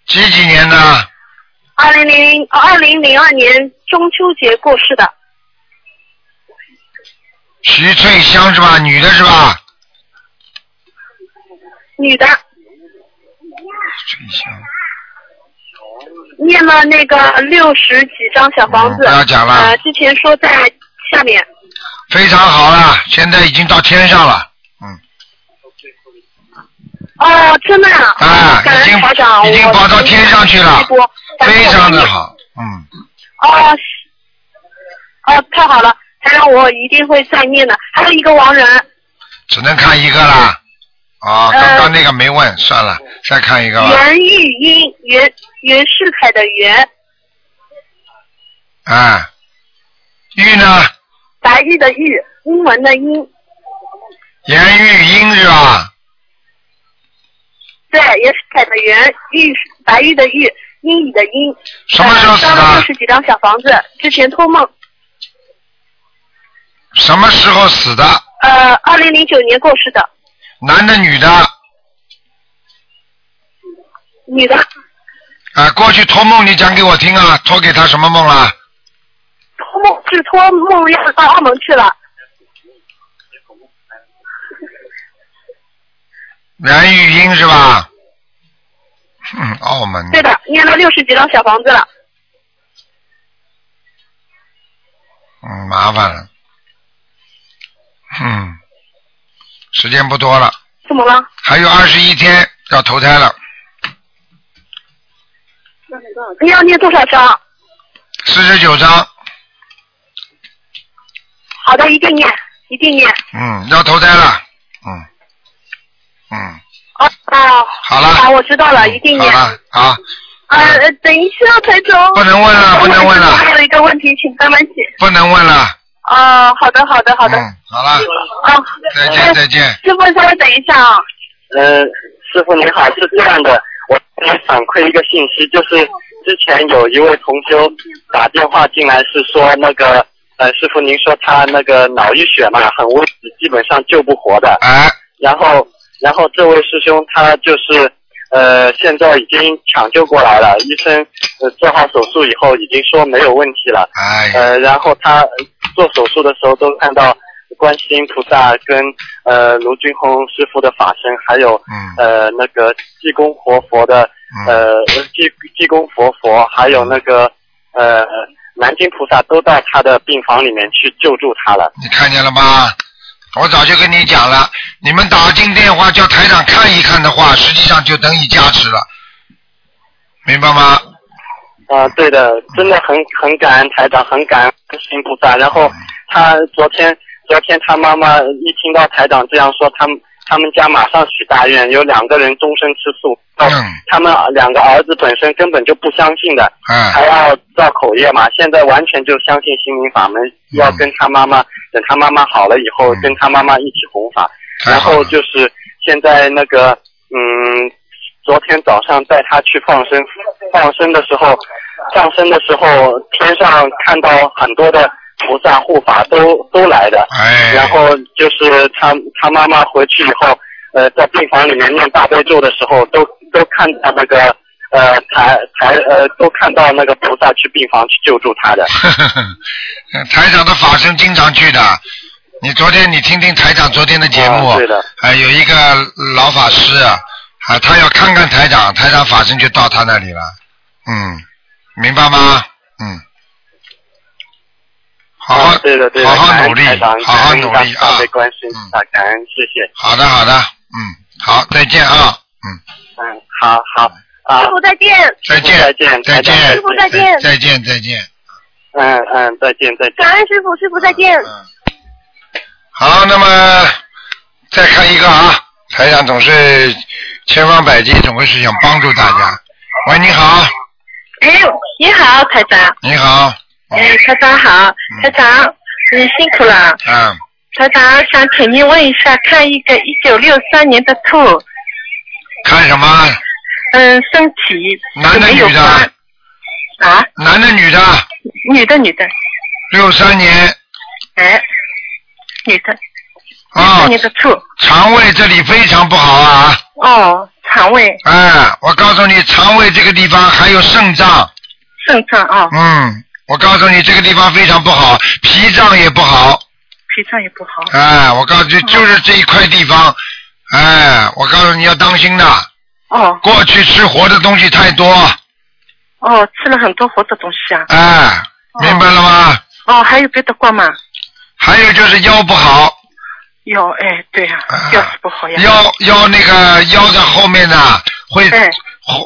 S1: 几几年的？
S10: 二零零哦二零零二年中秋节过世的，
S1: 徐翠香是吧？女的是吧？
S10: 女的，
S1: 翠香，
S10: 念了那个六十几张小房子，
S1: 嗯不要讲了
S10: 呃，之前说在下面，
S1: 非常好了，现在已经到天上了，
S10: 哦，真的啊，
S1: 啊，
S10: 感
S1: 已
S10: 恩
S1: 经
S10: 台长，
S1: 已经
S10: 我
S1: 跑到天上去了
S10: 一波
S1: 非常的好，嗯。
S10: 哦，是哦，太好了，台长，我一定会再念的。还有一个亡人，
S1: 只能看一个啦。啊，
S10: 呃
S1: 刚刚那个没问，算了，再看一个吧。
S10: 袁玉英，袁袁世凯的袁，
S1: 啊，玉呢？
S10: 白玉的玉，英文的英，
S1: 严玉英是吧？
S10: 对，袁世凯的袁，玉是白玉的玉，英语的英。
S1: 什么时候死的
S10: 呃、烧了六十几张小房子，之前托梦，
S1: 什么时候死的？
S10: 呃，二零零九年过世的，
S1: 男的女的？
S10: 女的，
S1: 啊，过去托梦你讲给我听啊，托给他什么梦啊啦？
S10: 托梦是托梦要到澳门去了，
S1: 袁玉英是吧？嗯，澳门
S10: 对的，念了六十几张小房子了，
S1: 嗯，麻烦了。嗯，时间不多了，
S10: 怎么了？
S1: 还有二十一天要投胎了，
S10: 你要念多少张？
S1: 四十九章。
S10: 好的，一定念，一定念。
S1: 嗯，要投胎了，嗯，嗯，
S10: 哦，啊
S1: 好了
S10: 啊，我知道了，一定
S1: 好
S10: 念。
S1: 了，好，
S10: 呃，呃等一下，台长。
S1: 不能问了不能问了
S10: 我还有一个问题，请帮忙写。
S1: 不能问了，
S10: 哦，好的，好的，好的。
S1: 嗯，好了，
S10: 啊，
S1: 再见再见，
S10: 师傅，稍微等一下啊。
S7: 呃，师傅你好，是这样的，我想反馈一个信息，就是之前有一位同修打电话进来，是说那个呃，师傅您说他那个脑溢血嘛，很危急，基本上救不活的。
S1: 哎，
S7: 然后然后这位师兄他就是呃，现在已经抢救过来了，医生呃做好手术以后已经说没有问题了。
S1: 哎呀，
S7: 呃，然后他做手术的时候都看到观世音菩萨跟呃卢俊宏师傅的法身，还有、
S1: 嗯
S7: 呃那个济公活佛的呃济济公活佛，还有那个呃南京菩萨都到他的病房里面去救助他了。
S1: 你看见了吗？我早就跟你讲了，你们打进电话叫台长看一看的话，实际上就等于加持了，明白吗？
S7: 啊、对的，真的很很感恩台长，很感恩观世音菩萨。然后他昨天第二天他妈妈一听到台长这样说，他们他们家马上许大愿，有两个人终身吃素。
S6: 嗯
S1: 嗯
S7: 他们两个儿子本身根本就不相信的，
S6: 嗯
S7: 还
S1: 哎
S7: 要造口业嘛。现在完全就相信心灵法门，要跟他妈妈，等他妈妈好了以后，跟他妈妈一起弘法。然后就是现在那个，嗯，昨天早上带他去放生，放生的时候，放生的时候天上看到很多的菩萨护法都都来的，然后就是他他妈妈回去以后，呃，在病房里面念大悲咒的时候，都都看到那个呃台台呃都看到那个菩萨去病房去救助他的。
S1: 台长的法身经常去的。你昨天你听听台长昨天的节目，
S7: 啊对的
S1: 呃有一个老法师啊，啊他要看看台长，台长法身就到他那里了，嗯，明白吗？嗯，好好、
S7: 啊对的对的，
S1: 好好努力
S7: 感恩台长
S1: 好好努力啊嗯
S7: 感恩大慈大悲观世音菩萨，感恩谢谢。
S1: 好的好的，嗯，好，再见啊，
S7: 嗯，好好
S1: 嗯
S7: 啊，
S10: 师傅再见。
S1: 再见
S7: 再见
S1: 再见，
S10: 师傅再见
S1: 再见再见。
S7: 嗯嗯，再见再见。
S10: 感恩师傅，师傅再
S1: 嗯
S10: 见。
S1: 好，那么再看一个啊，台长总是千方百计，总会是想帮助大家。喂，你好，
S11: 哎，你好，台长。
S1: 你好，
S11: 哎，台长好，台长，你辛苦了。
S1: 嗯，
S11: 台长想请您问一下，看一个一九六三年的兔，
S1: 看什么？
S11: 嗯，身体
S1: 男的
S11: 有没有
S1: 女的
S11: 发啊？
S1: 男的女的？
S11: 女的女的，
S1: 六三年
S11: 哎，女的，
S1: 啊，
S11: 那个兔，
S1: 肠胃这里非常不好啊。
S11: 哦，肠胃、
S1: 哎，我告诉你，肠胃这个地方还有肾脏，
S11: 肾脏啊，
S1: 嗯，我告诉你，这个地方非常不好，脾脏也不好。
S11: 脾脏也不好。
S1: 哎，我告诉你，就是这一块地方，哎，我告诉你要当心的。
S11: 哦。
S1: 过去吃活的东西太多，
S11: 哦，吃了很多活的东西啊。
S1: 哎，明白了吗？
S11: 哦，还有别的瓜吗？
S1: 还有就是腰不好，
S11: 有，哎，对呀、啊，腰是不好呀。
S1: 腰腰那个腰在后面呐、会
S11: 哎，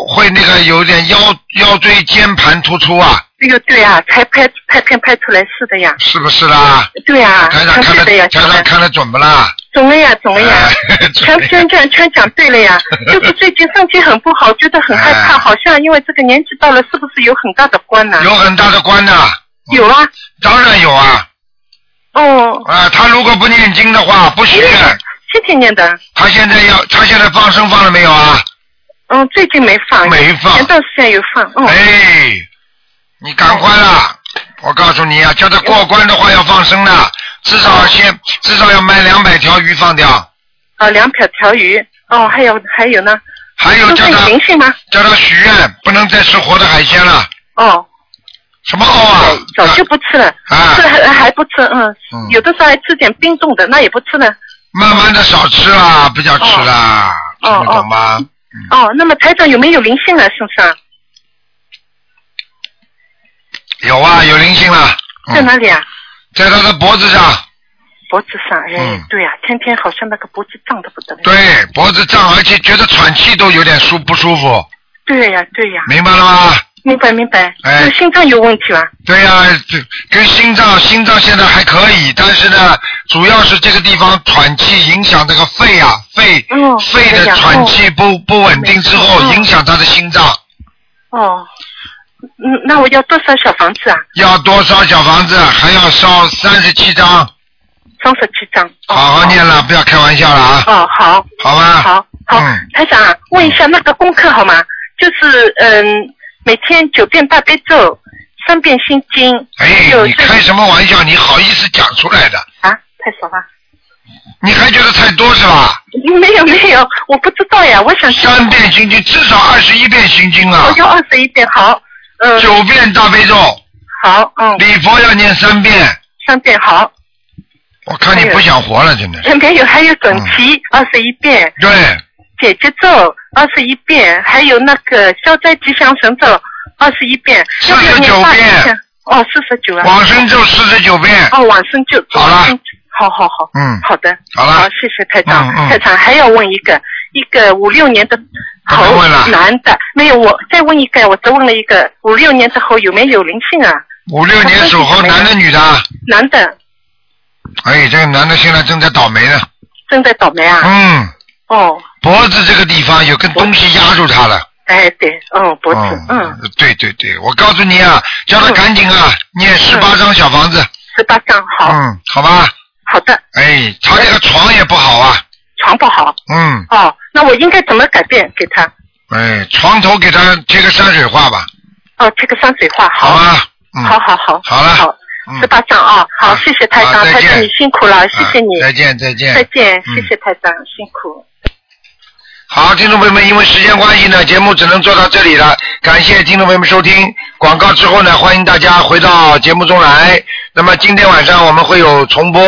S1: 会那个有点腰腰椎间盘突出啊，
S11: 哎呦，对呀、才拍拍片拍出来是的呀。
S1: 是不是啦？
S11: 对呀、
S1: 台长
S11: 全
S1: 看
S11: 对啊的
S1: 得
S11: 呀，
S1: 台长看得准不啦？
S11: 准了呀，准了
S1: 啊
S11: 呀，全全讲全讲对了呀。就是最近身体很不好，觉得很害怕，好像因为这个年纪到了，是不是有很大的关呢、
S1: 啊有很大的关呐、
S11: 有啊。
S1: 当然有啊。
S11: 哦。
S1: 啊，他如果不念经的话，不许愿。
S11: 谢谢念的。
S1: 他现在要，他现在放生放了没有啊？
S11: 嗯，最近没放。
S1: 没放
S11: 前段时间有放。嗯。
S1: 哎，你赶快啦！我告诉你啊，叫他过关的话要放生的，至少先至少要买两百条鱼放掉，
S11: 啊，两条条鱼。哦，还有还有呢。
S1: 还有叫他
S11: 灵性吗？
S1: 叫他许愿，不能再吃活的海鲜了。
S11: 哦。
S1: 什么哦啊？
S11: 早就不吃了，吃了还还不吃，嗯，有的时候还吃点冰冻的，那也不吃了。
S1: 慢慢的少吃啦，不要吃啦，听
S11: 哦
S1: 得懂吗？
S11: 哦，那么台长有没有灵性啊？身上
S1: 有啊，有灵性了，
S11: 在哪里啊？
S1: 在他的脖子上，
S11: 脖子上，哎，
S1: 嗯
S11: 对呀、天天好像那个脖子胀的不得了。
S1: 对，脖子胀，而且觉得喘气都有点舒不舒服，
S11: 对呀、对呀、
S1: 明白了吗？
S11: 明白明白。
S1: 哎
S11: 就是心脏有问题吧？
S1: 对呀、这跟心脏，心脏现在还可以，但是呢，主要是这个地方喘气影响这个肺啊，肺、
S11: 嗯
S1: 肺的喘气不不稳定之后，影响他的心脏。
S11: 哦，嗯，那我要多少小房子啊？
S1: 要多烧小房子，还要烧三十七张，
S11: 三十七张。
S1: 好好念了，不要开玩笑了啊，
S11: 哦，好。
S1: 好吧？
S11: 好，
S1: 好，嗯，
S11: 台长啊，问一下那个功课好吗？就是嗯，每天九遍大悲咒，三遍心经。
S1: 哎，你开什么玩笑？你好意思讲出来的？
S11: 啊，太少了。
S1: 你还觉得太多是吧？
S11: 没有没有，我不知道呀，我想
S1: 三遍心经，至少二十一遍心经啊。
S11: 我要二十一遍，好，嗯。
S1: 九遍大悲咒。
S11: 好，嗯。
S1: 礼佛要念三遍。
S11: 三遍好。
S1: 我看你不想活了，真的。
S11: 没有，还有准
S1: 嗯
S11: 提二十一遍，
S1: 对，
S11: 姐姐咒二十一遍，还有那个消灾吉祥神咒二十一遍，四
S1: 49遍。
S11: 哦，四十九啊。
S1: 往生咒49遍
S11: 哦，往生咒。好了。好好好。
S1: 嗯
S11: 好的。
S1: 好了。
S11: 好，谢谢台长。
S1: 嗯嗯
S11: 台长还要问一个，一个五六年的猴
S1: 能问了
S11: 男的，没有我再问一个，我只问了一个五六年的猴有没有灵性啊？
S1: 五六年属猴，男的女的？
S11: 男的，
S1: 哎，这个男的现在正在倒霉呢，
S11: 正在倒霉啊。
S1: 嗯，
S11: 哦，
S1: 脖子这个地方有根东西压住他了。
S11: 哎，对，嗯，脖子，嗯，
S1: 对对对，我告诉你啊，叫他赶紧啊，念十八张小房子。
S11: 嗯十八张好。
S1: 嗯，好吧。
S11: 好的。
S1: 哎，他这个床也不好啊。
S11: 床不好。
S1: 嗯，
S11: 哦，那我应该怎么改变给他？
S1: 哎，床头给他贴个山水画吧。
S11: 哦，这个山水画好。
S1: 好啊。
S11: 好好好。
S1: 好了。
S11: 好，十八张啊，好，谢谢台
S1: 啊
S11: 长，
S1: 再
S11: 台
S1: 见啊
S11: 长你辛苦了，谢谢你。
S1: 再见再见。
S11: 再见，
S1: 嗯
S11: 谢谢台长，辛苦。
S1: 好，听众朋友们，因为时间关系呢，节目只能做到这里了。感谢听众朋友们收听广告之后呢，欢迎大家回到节目中来。那么今天晚上我们会有重播，